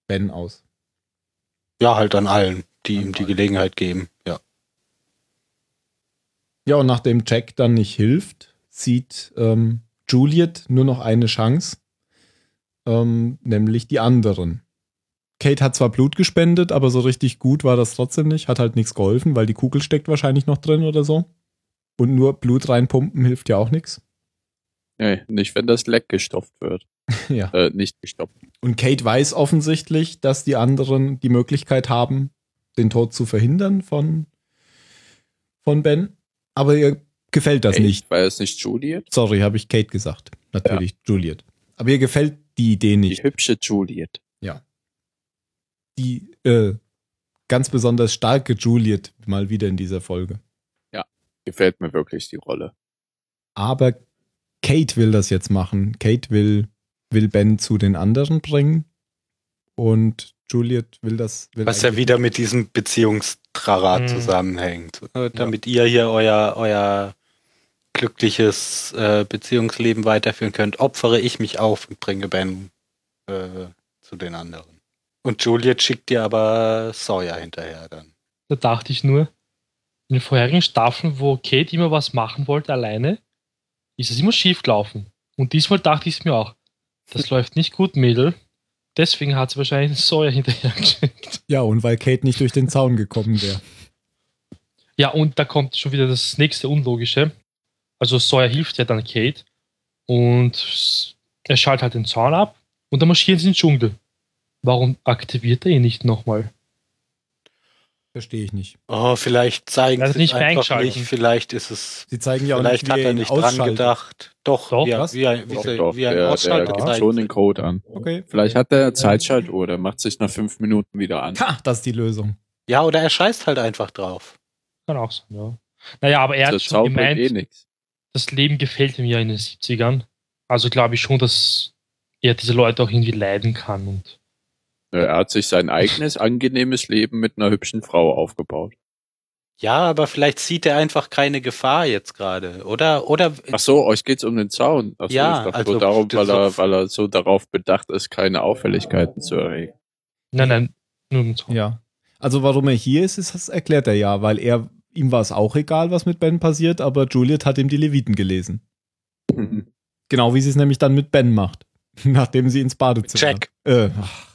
Speaker 3: Ben aus.
Speaker 2: Ja, halt an allen, die
Speaker 3: An
Speaker 2: ihm die
Speaker 3: allen.
Speaker 2: Gelegenheit geben. Ja.
Speaker 3: Ja, und nachdem Jack dann nicht hilft, sieht ähm, Juliet nur noch eine Chance, ähm, nämlich die anderen. Kate hat zwar Blut gespendet, aber so richtig gut war das trotzdem nicht. Hat halt nichts geholfen, weil die Kugel steckt wahrscheinlich noch drin oder so. Und nur Blut reinpumpen hilft ja auch nichts.
Speaker 4: Nee, nicht, wenn das Leck gestopft wird.
Speaker 3: Ja.
Speaker 4: Äh, nicht gestopft.
Speaker 3: Und Kate weiß offensichtlich, dass die anderen die Möglichkeit haben, den Tod zu verhindern von, von Ben. Aber ihr gefällt das
Speaker 4: Ey,
Speaker 3: nicht.
Speaker 4: War es nicht Juliet?
Speaker 3: Sorry, habe ich Kate gesagt. Natürlich, Juliet. Aber ihr gefällt die Idee
Speaker 4: Die
Speaker 3: nicht.
Speaker 4: hübsche Juliet.
Speaker 3: Die äh, ganz besonders starke Juliet mal wieder in dieser Folge.
Speaker 4: Gefällt mir wirklich die Rolle.
Speaker 3: Aber Kate will das jetzt machen. Kate will, will Ben zu den anderen bringen. Und Juliet will das. Will
Speaker 2: Was ja
Speaker 3: eigentlich-
Speaker 2: wieder mit diesem Beziehungstrara
Speaker 1: Mhm.
Speaker 2: zusammenhängt. Äh, Damit ihr hier euer, euer glückliches äh, Beziehungsleben weiterführen könnt, opfere ich mich auf und bringe Ben äh, zu den anderen. Und Juliet schickt dir aber Sawyer hinterher dann.
Speaker 1: Da dachte ich nur, in den vorherigen Staffeln, wo Kate immer was machen wollte alleine, ist es immer schief gelaufen. Und diesmal dachte ich es mir auch. Das läuft nicht gut, Mädel. Deswegen hat sie wahrscheinlich einen Sawyer hinterher geschickt.
Speaker 3: Ja, und weil Kate nicht durch den Zaun gekommen wäre.
Speaker 1: Ja, und da kommt schon wieder das nächste Unlogische. Also Sawyer hilft ja dann Kate und s- er schaltet halt den Zaun ab und dann marschieren sie in den Dschungel. Warum aktiviert er ihn nicht nochmal?
Speaker 3: Verstehe ich nicht.
Speaker 2: Oh, vielleicht zeigen
Speaker 1: Er hat
Speaker 2: sie es
Speaker 1: nicht mehr
Speaker 2: einfach
Speaker 1: eingeschalten.
Speaker 2: nicht. Vielleicht ist es.
Speaker 3: Sie zeigen ja auch
Speaker 2: Vielleicht
Speaker 3: nicht,
Speaker 2: hat
Speaker 3: wie
Speaker 2: er
Speaker 3: ihr ihn
Speaker 2: nicht dran
Speaker 3: ausschaltet.
Speaker 2: gedacht. Doch,
Speaker 1: Doch,
Speaker 2: wie, er-
Speaker 3: was?
Speaker 2: wie, ein, wie,
Speaker 4: Doch,
Speaker 2: ein-
Speaker 4: doch,
Speaker 2: wie ein
Speaker 4: der, der
Speaker 2: Ausschalter
Speaker 4: gibt
Speaker 2: zeigt.
Speaker 4: schon den Code an.
Speaker 3: Okay. Äh,
Speaker 4: Vielleicht hat er Zeitschaltuhr, der macht sich nach fünf Minuten wieder an.
Speaker 3: Ha, das ist die Lösung.
Speaker 2: Ja, oder er scheißt halt einfach drauf.
Speaker 1: Kann auch sein, ja. Naja, aber er hat
Speaker 4: Das
Speaker 1: schon
Speaker 4: Zauber
Speaker 1: gemeint,
Speaker 4: eh nichts.
Speaker 1: das Leben gefällt ihm ja in den 70ern. Also glaube ich schon, dass er diese Leute auch irgendwie leiden kann. Und
Speaker 4: Er hat sich sein eigenes angenehmes Leben mit einer hübschen Frau aufgebaut.
Speaker 2: Ja, aber vielleicht sieht er einfach keine Gefahr jetzt gerade, oder? Oder
Speaker 4: Ach so, euch geht's um den Zaun. Ach so,
Speaker 2: Äh, Ja,
Speaker 4: ich dachte
Speaker 2: also,
Speaker 4: nur darum,
Speaker 2: das
Speaker 4: weil er,
Speaker 2: ist-
Speaker 4: weil er so darauf bedacht ist, keine Auffälligkeiten zu erregen.
Speaker 1: nein, nein, nur um mit so.
Speaker 3: Ja. Also warum er hier ist, ist das erklärt er ja, weil er ihm war es auch egal, was mit Ben passiert, aber Juliet hat ihm die Leviten gelesen. Genau wie sie es nämlich dann mit Ben macht, nachdem sie ins Badezimmer.
Speaker 2: Jack.
Speaker 3: Äh, ach.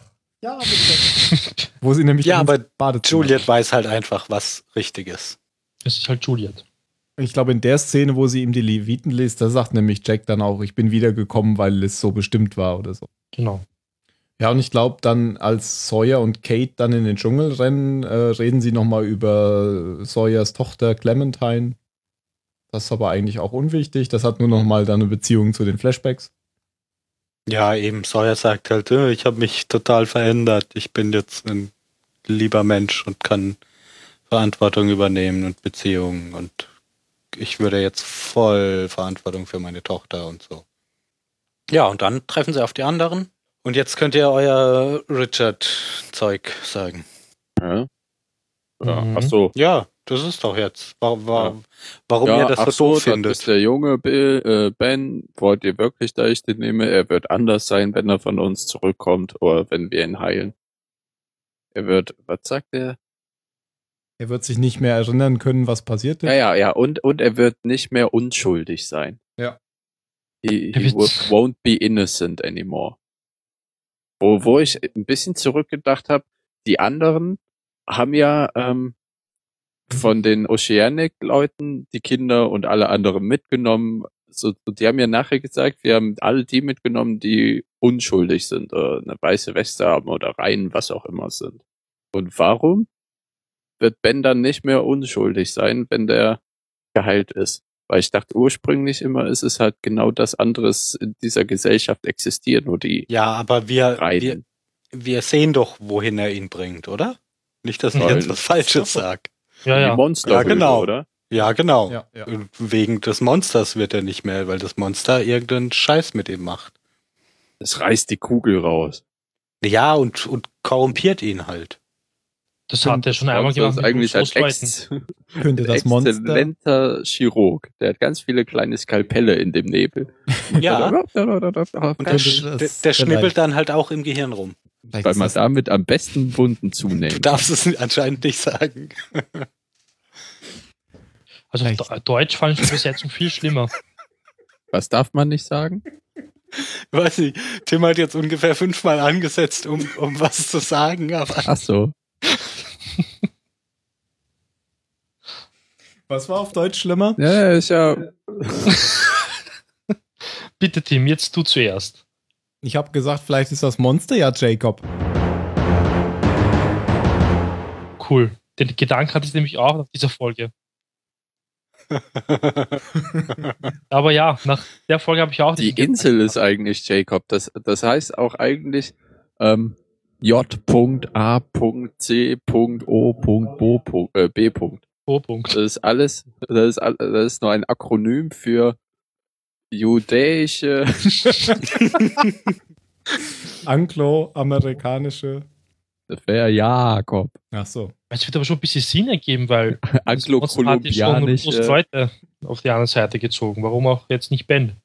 Speaker 3: ja, mit Jack. Wo sie nämlich
Speaker 2: Ja,
Speaker 3: dann
Speaker 2: aber
Speaker 3: ins Badezimmer.
Speaker 2: Juliet weiß halt einfach, was richtig ist.
Speaker 1: Das ist halt Juliet.
Speaker 3: Ich glaube, in der Szene, wo sie ihm die Leviten liest, da sagt nämlich Jack dann auch, ich bin wiedergekommen, weil es so bestimmt war oder so.
Speaker 1: Genau.
Speaker 3: Ja, und ich glaube, dann als Sawyer und Kate dann in den Dschungel rennen, äh, reden sie nochmal über Sawyers Tochter Clementine. Das ist aber eigentlich auch unwichtig. Das hat nur nochmal dann eine Beziehung zu den Flashbacks.
Speaker 2: Ja, eben Sawyer sagt halt, "Äh, ich habe mich total verändert. Ich bin jetzt ein lieber Mensch und kann Verantwortung übernehmen und Beziehungen und ich würde jetzt voll Verantwortung für meine Tochter und so. Ja, und dann treffen sie auf die anderen. Und jetzt könnt ihr euer Richard-Zeug sagen.
Speaker 4: Ja? Ja,
Speaker 1: Mhm.
Speaker 4: Ach so.
Speaker 2: Ja, das ist doch jetzt. Warum,
Speaker 4: Ja.
Speaker 2: warum
Speaker 4: ja,
Speaker 2: ihr das
Speaker 4: ach
Speaker 2: so
Speaker 4: so,
Speaker 2: doof
Speaker 4: das
Speaker 2: findet.
Speaker 4: ist der junge Bill, äh, Ben. Wollt ihr wirklich, dass ich den nehme? Er wird anders sein, wenn er von uns zurückkommt oder wenn wir ihn heilen. Er wird, was sagt er?
Speaker 3: Er wird sich nicht mehr erinnern können, was passiert
Speaker 4: Ja,
Speaker 3: ist.
Speaker 4: ja, ja. Und, und er wird nicht mehr unschuldig sein.
Speaker 3: Ja.
Speaker 4: He,
Speaker 1: Er
Speaker 4: he
Speaker 1: wird-
Speaker 4: wo- won't be innocent anymore. Wo, wo ich ein bisschen zurückgedacht habe, die anderen haben ja ähm, von den Oceanic-Leuten die Kinder und alle anderen mitgenommen. So, die haben ja nachher gesagt, wir haben alle die mitgenommen, die unschuldig sind, oder eine weiße Weste haben oder rein, was auch immer sind. Und warum wird Ben dann nicht mehr unschuldig sein, wenn der geheilt ist. Weil ich dachte ursprünglich immer, es ist halt genau das anderes in dieser Gesellschaft existiert, nur die
Speaker 2: Ja, aber wir, wir,
Speaker 4: Reinen.
Speaker 2: wir sehen doch, wohin er ihn bringt, oder? Nicht, dass ich
Speaker 4: Nein.
Speaker 2: jetzt was Falsches sage.
Speaker 1: Ja,
Speaker 4: Die
Speaker 1: ja.
Speaker 4: Monster,
Speaker 2: Ja, genau.
Speaker 4: oder?
Speaker 2: Ja, genau.
Speaker 3: Ja, ja.
Speaker 2: Und Wegen des Monsters wird er nicht mehr, weil das Monster irgendeinen Scheiß mit ihm macht.
Speaker 4: Es reißt die Kugel raus.
Speaker 2: Ja, und, und korrumpiert ihn halt.
Speaker 1: Das hat er schon
Speaker 4: Das
Speaker 1: einmal gemacht.
Speaker 4: ist
Speaker 1: mit
Speaker 4: eigentlich ein
Speaker 1: den Schlussleuten.
Speaker 4: Ex
Speaker 3: Könnte das Monster.
Speaker 4: exzellenter Chirurg. Der hat ganz viele kleine Skalpelle in dem Nebel.
Speaker 2: Ja. Und der,
Speaker 3: das-
Speaker 2: sch- der,
Speaker 3: das-
Speaker 2: der schnibbelt dann halt auch im Gehirn rum.
Speaker 3: Vielleicht
Speaker 4: Weil
Speaker 3: ist
Speaker 4: man
Speaker 3: das-
Speaker 4: damit am besten Wunden
Speaker 2: Du
Speaker 4: zunehmen.
Speaker 2: darfst es anscheinend nicht sagen.
Speaker 1: Also auf Deu- Deutsch fand ich die Besetzung viel schlimmer.
Speaker 4: Was darf man nicht sagen?
Speaker 2: Weiß nicht. Tim hat jetzt ungefähr fünfmal angesetzt, um, um was zu sagen, aber
Speaker 4: Ach so.
Speaker 3: was war auf Deutsch schlimmer?
Speaker 4: Ja, ist ja
Speaker 1: Bitte, Tim, jetzt du zuerst.
Speaker 3: Ich habe gesagt, vielleicht ist das Monster ja Jacob.
Speaker 1: Cool. Den Gedanken hatte ich nämlich auch nach dieser Folge. Aber ja, nach der Folge habe ich auch
Speaker 4: Die
Speaker 1: diesen Gedanken
Speaker 4: Insel ist
Speaker 1: gehabt.
Speaker 4: eigentlich Jacob. Das, das heißt auch eigentlich ähm, J.A.C.O.Bo. Äh, B. Punkt.
Speaker 1: Oh, Punkt.
Speaker 4: Das ist alles, das ist, all- das ist nur ein Akronym für judäische.
Speaker 3: Anglo-amerikanische.
Speaker 4: Das wäre Jakob.
Speaker 3: Ach so.
Speaker 1: Es wird aber schon ein bisschen Sinn ergeben, weil Monster hat ja schon große
Speaker 4: Anglo-kolumbianische.
Speaker 1: Leute auf die andere Seite gezogen. Warum auch jetzt nicht Ben?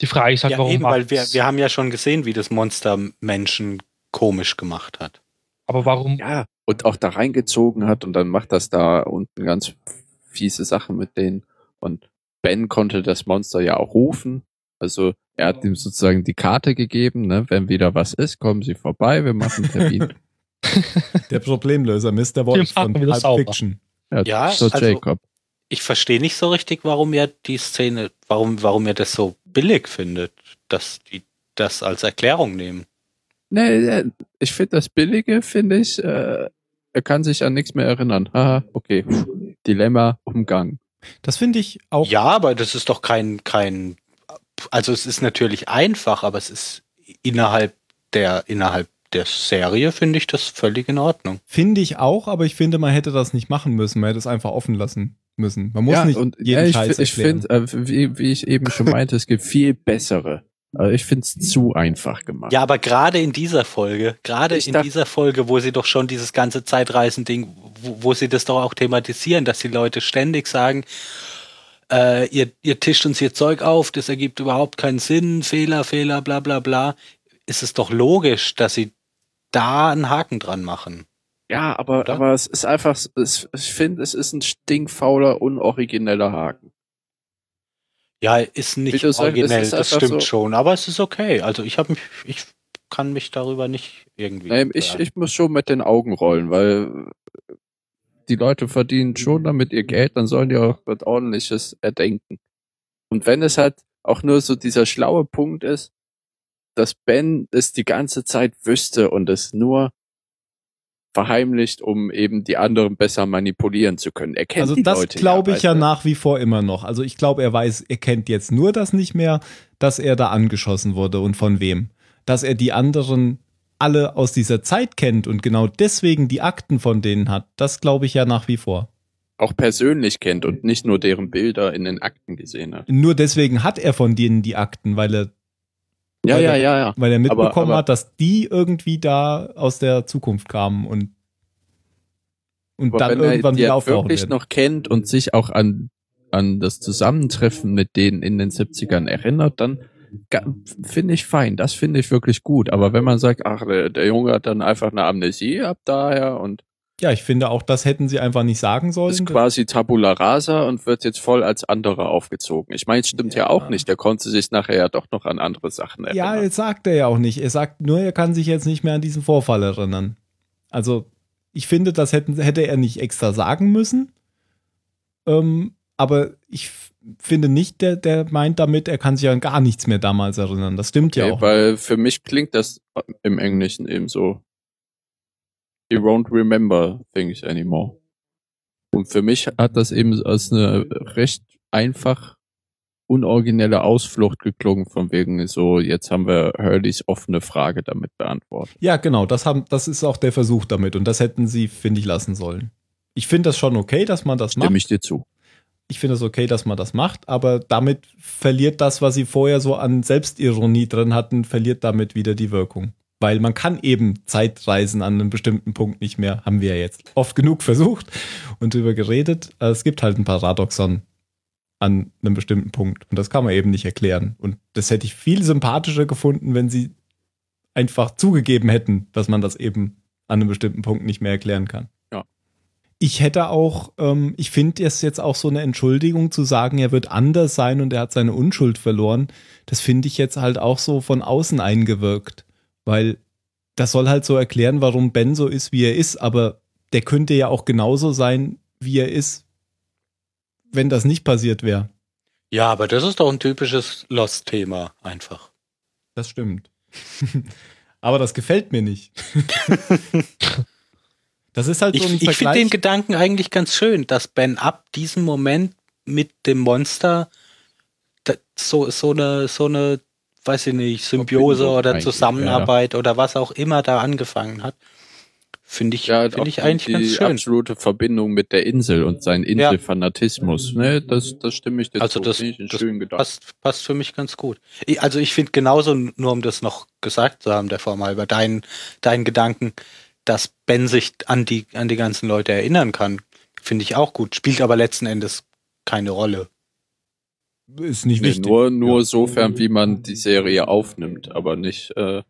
Speaker 1: Die Frage ist halt,
Speaker 2: ja,
Speaker 1: warum
Speaker 2: eben,
Speaker 1: macht
Speaker 2: weil wir,
Speaker 1: es-
Speaker 2: wir haben ja schon gesehen, wie das Monster Menschen komisch gemacht hat.
Speaker 1: Aber warum
Speaker 4: Ja, und auch da reingezogen hat und dann macht das da unten ganz fiese Sachen mit denen. Und Ben konnte das Monster ja auch rufen. Also er hat ihm sozusagen die Karte gegeben, ne? wenn wieder was ist, kommen Sie vorbei, wir machen einen Termin.
Speaker 3: Der Problemlöser, Mr.
Speaker 1: Wir
Speaker 3: Wolf
Speaker 1: machen
Speaker 3: von
Speaker 1: wieder
Speaker 3: Pulp
Speaker 1: sauber.
Speaker 3: Fiction.
Speaker 2: Ja,
Speaker 4: so
Speaker 2: also-
Speaker 4: Jacob.
Speaker 2: Ich verstehe nicht so richtig, warum er die Szene, warum, warum er das so billig findet, dass die das als Erklärung nehmen.
Speaker 4: Nee, nee, Ne, äh, ich finde das Billige, finde ich, äh, er kann sich an nichts mehr erinnern. Haha, okay. Dilemma, Umgang.
Speaker 3: Das finde ich auch.
Speaker 2: Ja, aber das ist doch kein, kein, also es ist natürlich einfach, aber es ist innerhalb der, innerhalb der Serie finde ich das völlig in Ordnung.
Speaker 3: Finde ich auch, aber ich finde, man hätte das nicht machen müssen. Man hätte es einfach offen lassen müssen. Man muss nicht jeden
Speaker 4: ja, äh, ich,
Speaker 3: Scheiß
Speaker 4: fi- ich
Speaker 3: erklären.
Speaker 4: finde, äh, wie, wie ich eben schon meinte, es gibt viel bessere. Also ich finde es zu einfach gemacht.
Speaker 2: Ja, aber gerade in dieser Folge, gerade
Speaker 4: Ich
Speaker 2: in
Speaker 4: dacht-
Speaker 2: dieser Folge, wo sie doch schon dieses ganze Zeitreisen-Ding, wo, wo sie das doch auch thematisieren, dass die Leute ständig sagen, äh, ihr, ihr tischt uns ihr Zeug auf, das ergibt überhaupt keinen Sinn, Fehler, Fehler, bla bla bla, ist es doch logisch, dass sie da einen Haken dran machen.
Speaker 4: Ja, aber,
Speaker 2: Oder?
Speaker 4: aber es ist einfach, es, ich finde, es ist ein stinkfauler, unorigineller Haken.
Speaker 2: Ja, ist nicht
Speaker 4: du sagst,
Speaker 2: originell,
Speaker 4: es ist
Speaker 2: das
Speaker 4: einfach
Speaker 2: stimmt
Speaker 4: so-
Speaker 2: schon, aber es ist okay. Also ich habe mich, ich kann mich darüber nicht irgendwie.
Speaker 4: Ähm, ich,
Speaker 2: beschweren.
Speaker 4: ich muss schon mit den Augen rollen, weil die Leute verdienen schon
Speaker 3: Mhm.
Speaker 4: damit ihr Geld, dann sollen die auch was ordentliches erdenken. Und wenn es halt auch nur so dieser schlaue Punkt ist, dass Ben es die ganze Zeit wüsste und es nur verheimlicht, um eben die anderen besser manipulieren zu können. Er kennt
Speaker 3: also
Speaker 4: die
Speaker 3: das
Speaker 4: Leute
Speaker 3: glaube ich
Speaker 4: weißt
Speaker 3: ja
Speaker 4: du?
Speaker 3: nach wie vor immer noch. Also ich glaube, er weiß, er kennt jetzt nur das nicht mehr, dass er da angeschossen wurde und von wem. Dass er die anderen alle aus dieser Zeit kennt und genau deswegen die Akten von denen hat, das glaube ich ja nach wie vor.
Speaker 4: Auch persönlich kennt und nicht nur deren Bilder in den Akten gesehen hat.
Speaker 3: Nur deswegen hat er von denen die Akten, weil er,
Speaker 4: Ja,
Speaker 3: Weil
Speaker 4: ja,
Speaker 3: der-
Speaker 4: ja, ja.
Speaker 3: weil er
Speaker 4: Aber-
Speaker 3: mitbekommen
Speaker 4: aber-
Speaker 3: hat, dass die irgendwie da aus der Zukunft kamen und, und
Speaker 4: Aber
Speaker 3: dann
Speaker 4: wenn
Speaker 3: irgendwann
Speaker 4: er die
Speaker 3: wieder
Speaker 4: ja
Speaker 3: auftauchen
Speaker 4: wirklich
Speaker 3: werden.
Speaker 4: noch kennt und sich auch an, an das Zusammentreffen mit denen in den 70ern erinnert, dann ga- finde ich fein. Das finde ich wirklich gut. Aber wenn man sagt, ach, der, der Junge hat dann einfach eine Amnesie ab daher und
Speaker 3: Ja, ich finde auch, das hätten sie einfach nicht sagen sollen.
Speaker 4: ist quasi Tabula rasa und wird jetzt voll als anderer aufgezogen. Ich meine, es stimmt ja.
Speaker 3: Ja.
Speaker 4: auch nicht. Der konnte sich nachher ja doch noch an andere Sachen
Speaker 3: Ja,
Speaker 4: erinnern.
Speaker 3: jetzt sagt er ja auch nicht. Er sagt nur, er kann sich jetzt nicht mehr an diesen Vorfall erinnern. Also, ich finde, das hätten, hätte er nicht extra sagen müssen. Ähm, aber ich f- finde nicht, der, der meint damit, er kann sich an gar nichts mehr damals erinnern. Das stimmt ja
Speaker 4: Okay,
Speaker 3: auch.
Speaker 4: weil für mich klingt das äh, im Englischen eben so. You won't remember things anymore. Und für mich hat das eben als eine recht einfach unoriginelle Ausflucht geklungen, von wegen so, jetzt haben wir Hurleys offene Frage damit beantwortet.
Speaker 3: Ja, genau, das, haben, das ist auch der Versuch damit. Und das hätten sie, finde ich, lassen sollen. Ich finde das schon okay, dass man das macht.
Speaker 4: Stimme ich dir zu.
Speaker 3: ich finde es okay, dass man das macht, aber damit verliert das, was sie vorher so an Selbstironie drin hatten, verliert damit wieder die Wirkung. Weil man kann eben Zeitreisen an einem bestimmten Punkt nicht mehr, haben wir ja jetzt oft genug versucht und drüber geredet. Es gibt halt ein Paradoxon an einem bestimmten Punkt und das kann man eben nicht erklären. Und das hätte ich viel sympathischer gefunden, wenn sie einfach zugegeben hätten, dass man das eben an einem bestimmten Punkt nicht mehr erklären kann. Ich hätte auch, ähm, ich finde es jetzt auch so eine Entschuldigung zu sagen, er wird anders sein und er hat seine Unschuld verloren. Das finde ich jetzt halt auch so von außen eingewirkt, weil das soll halt so erklären, warum Ben so ist, wie er ist, aber der könnte ja auch genauso sein, wie er ist, wenn das nicht passiert wäre.
Speaker 2: Ja, aber das ist doch ein typisches Lost-Thema einfach.
Speaker 3: Das stimmt. Aber das gefällt mir nicht. das ist halt
Speaker 2: Ich,
Speaker 3: so ein
Speaker 2: ich finde
Speaker 3: Vergleich.
Speaker 2: den Gedanken eigentlich ganz schön, dass Ben ab diesem Moment mit dem Monster da- so, so eine, so eine, weiß ich nicht, Symbiose
Speaker 5: Verbindung
Speaker 2: oder
Speaker 5: eigentlich,
Speaker 2: Zusammenarbeit oder was auch immer da angefangen hat. Finde ich,
Speaker 4: Ja, auch
Speaker 2: finde ich eigentlich
Speaker 4: die
Speaker 2: ganz schön.
Speaker 4: absolute Verbindung mit der Insel und sein Inselfanatismus. Ne, das, das stimme ich dir
Speaker 2: Also
Speaker 4: zu.
Speaker 2: das-
Speaker 4: Finde ich einen
Speaker 2: das
Speaker 4: schönen Gedanken.
Speaker 2: Passt, passt für mich ganz gut. Ich, also ich finde genauso, nur um das noch gesagt zu haben, der Form halber, deinen, deinen Gedanken, dass Ben sich an die, an die ganzen Leute erinnern kann, finde ich auch gut. Spielt aber letzten Endes keine Rolle.
Speaker 3: ist nicht
Speaker 4: Nee,
Speaker 3: wichtig.
Speaker 4: nur nur sofern, wie man die Serie aufnimmt, aber nicht äh,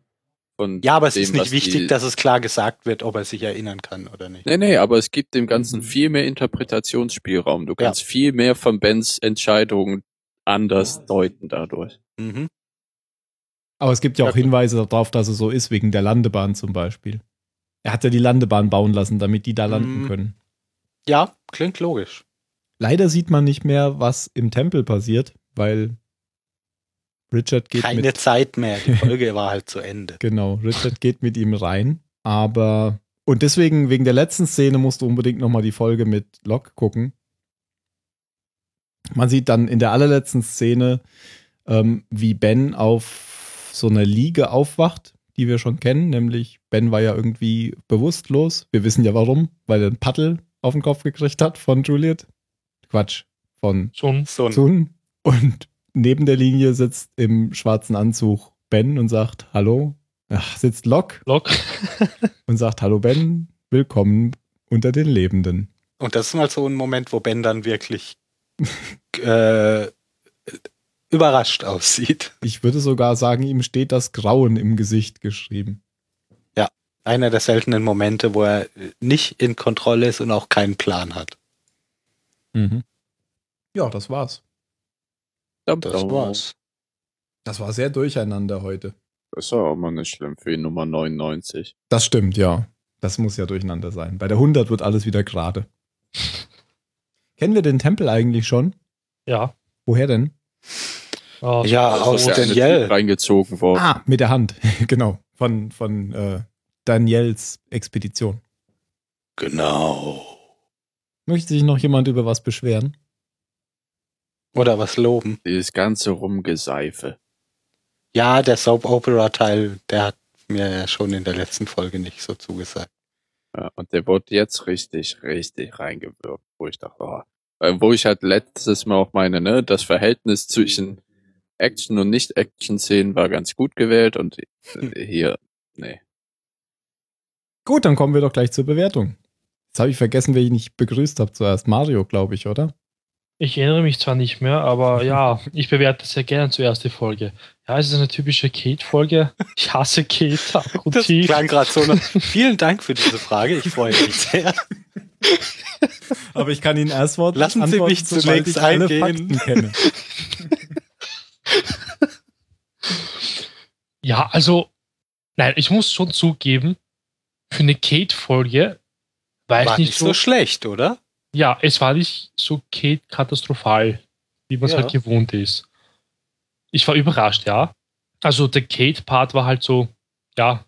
Speaker 4: von
Speaker 2: Ja, aber es
Speaker 4: dem,
Speaker 2: ist nicht
Speaker 4: was
Speaker 2: wichtig,
Speaker 4: die,
Speaker 2: dass es klar gesagt wird, ob er sich erinnern kann oder nicht.
Speaker 4: Nee, nee, aber es gibt dem
Speaker 2: Mhm.
Speaker 4: Ganzen viel mehr Interpretationsspielraum. Du kannst viel mehr von Bens Entscheidungen anders deuten dadurch.
Speaker 2: Mhm.
Speaker 3: Aber es gibt ja auch Hinweise darauf, dass es so ist, wegen der Landebahn zum Beispiel. Er hat ja die Landebahn bauen lassen, damit die da landen
Speaker 2: Mhm.
Speaker 3: können.
Speaker 2: Ja, klingt logisch.
Speaker 3: Leider sieht man nicht mehr, was im Tempel passiert, weil Richard geht
Speaker 2: Keine
Speaker 3: mit
Speaker 2: Zeit mehr. Die Folge war halt zu Ende.
Speaker 3: Genau, Richard geht mit ihm rein, aber und deswegen wegen der letzten Szene musst du unbedingt noch mal die Folge mit Locke gucken. Man sieht dann in der allerletzten Szene, ähm, wie Ben auf so einer Liege aufwacht, die wir schon kennen, nämlich Ben war ja irgendwie bewusstlos. Wir wissen ja warum, weil er einen Paddel auf den Kopf gekriegt hat von Juliet. Quatsch, von
Speaker 1: Schon.
Speaker 2: So ein,
Speaker 3: Zun. Und neben der Linie sitzt im schwarzen Anzug Ben und sagt Hallo. Ach, sitzt Locke
Speaker 1: Lock.
Speaker 3: und sagt Hallo Ben, willkommen unter den Lebenden.
Speaker 2: und das ist mal so ein Moment, wo Ben dann wirklich äh, überrascht aussieht.
Speaker 3: Ich würde sogar sagen, ihm steht das Grauen im Gesicht geschrieben.
Speaker 2: Einer der seltenen Momente, wo er nicht in Kontrolle ist und auch keinen Plan hat.
Speaker 3: Ja, das war's.
Speaker 2: Das
Speaker 4: Oh.
Speaker 2: war's.
Speaker 3: Das war sehr durcheinander heute.
Speaker 4: Das ist ja auch mal nicht schlimm für die Nummer 99.
Speaker 3: Das stimmt, ja. Das muss ja durcheinander sein. Bei der 100 wird alles wieder gerade. Kennen wir den Tempel eigentlich schon?
Speaker 1: Ja. äh,
Speaker 3: Woher denn?
Speaker 1: Aus-
Speaker 2: Ja, aus
Speaker 4: ist ja eine
Speaker 2: Daniel.
Speaker 4: Tür reingezogen worden.
Speaker 3: Ah, mit der Hand, genau. Von, von äh, Daniels Expedition.
Speaker 2: Genau.
Speaker 3: Möchte sich noch jemand über was beschweren?
Speaker 2: Oder was loben.
Speaker 4: Dieses ganze Rumgeseife.
Speaker 2: Ja, der Soap Opera Teil, der hat mir ja schon in der letzten Folge nicht so zugesagt.
Speaker 4: Ja, und der wird jetzt richtig, richtig reingewirkt, wo ich dachte, oh. Weil wo ich halt letztes Mal auch meine, ne, das Verhältnis zwischen Action und Nicht-Action-Szenen war ganz gut gewählt und äh, hier, nee.
Speaker 3: Gut, dann kommen wir doch gleich zur Bewertung. Jetzt habe ich vergessen, wen ich nicht begrüßt habe zuerst. Mario, glaube ich, oder?
Speaker 1: Ich erinnere mich zwar nicht mehr, aber ja, ich bewerte sehr gerne zuerst die Folge. Ja, es ist eine typische Kate-Folge. Ich hasse Kate. Tag und
Speaker 2: Das
Speaker 1: tief.
Speaker 2: klang gerade so nach. Vielen Dank für diese Frage. Ich freue mich sehr.
Speaker 3: Aber ich kann Ihnen erst Wort
Speaker 2: Lassen Sie
Speaker 3: antworten,
Speaker 2: mich
Speaker 3: sobald
Speaker 2: zunächst
Speaker 3: ich alle
Speaker 2: eingehen.
Speaker 3: Fakten kenne.
Speaker 1: Ja, also, nein, ich muss schon zugeben, für eine Kate-Folge war,
Speaker 2: War
Speaker 1: ich nicht so,
Speaker 2: schlecht, oder?
Speaker 1: ja, es war nicht so Kate-katastrophal, wie man es
Speaker 2: Ja.
Speaker 1: halt gewohnt ist. Ich war überrascht, ja. Also der Kate-Part war halt so, ja,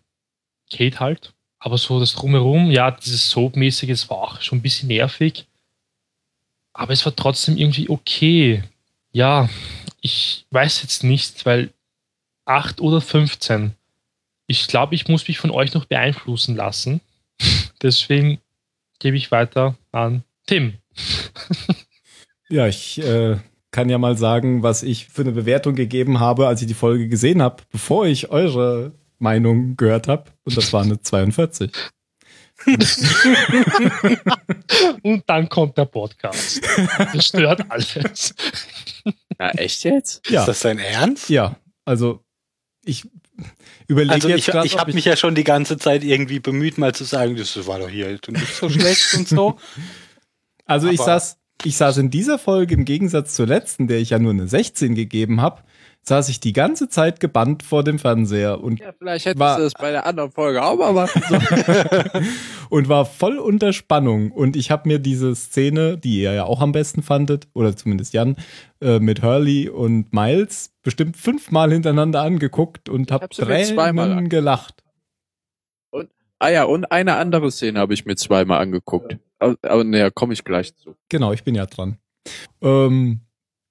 Speaker 1: Kate halt. Aber so das Drumherum, ja, dieses Soap-mäßige, das war auch schon ein bisschen nervig. Aber es war trotzdem irgendwie okay. Ja, ich weiß jetzt nicht, weil 8 oder 15. Ich glaube, ich muss mich von euch noch beeinflussen lassen. Deswegen gebe ich weiter an Tim.
Speaker 3: Ja, ich äh, kann ja mal sagen, was ich für eine Bewertung gegeben habe, als ich die Folge gesehen habe, bevor ich eure Meinung gehört habe. Und das war eine 42.
Speaker 1: Und dann kommt der Podcast. Das stört alles.
Speaker 4: Na, Ah, echt jetzt?
Speaker 3: Ja,
Speaker 2: Ist das dein Ernst?
Speaker 3: ja. Also ich überlege
Speaker 2: Also
Speaker 3: jetzt
Speaker 2: ich,
Speaker 3: gerade,
Speaker 2: ich
Speaker 3: ob
Speaker 2: habe mich ja schon die ganze Zeit irgendwie bemüht, mal zu sagen, das war doch hier halt, nicht so schlecht und so.
Speaker 3: Also ich
Speaker 2: Aber-
Speaker 3: saß, ich saß in dieser Folge im Gegensatz zur letzten, der ich ja nur eine 16 gegeben habe, saß ich die ganze Zeit gebannt vor dem Fernseher und
Speaker 4: Ja, vielleicht hättest
Speaker 3: War-
Speaker 4: du es bei der anderen Folge auch mal machen sollen.
Speaker 3: und war voll unter Spannung. Und ich habe mir diese Szene, die ihr ja auch am besten fandet, oder zumindest Jan, äh, mit Hurley und Miles bestimmt fünfmal hintereinander angeguckt und habe
Speaker 4: hab sie mir zweimal
Speaker 3: Tränen
Speaker 4: angeguckt.
Speaker 3: gelacht.
Speaker 4: Ah ja, und eine andere Szene habe ich mir zweimal angeguckt. Aber, aber naja, komme ich gleich zu.
Speaker 3: Genau, ich bin ja dran. Ähm,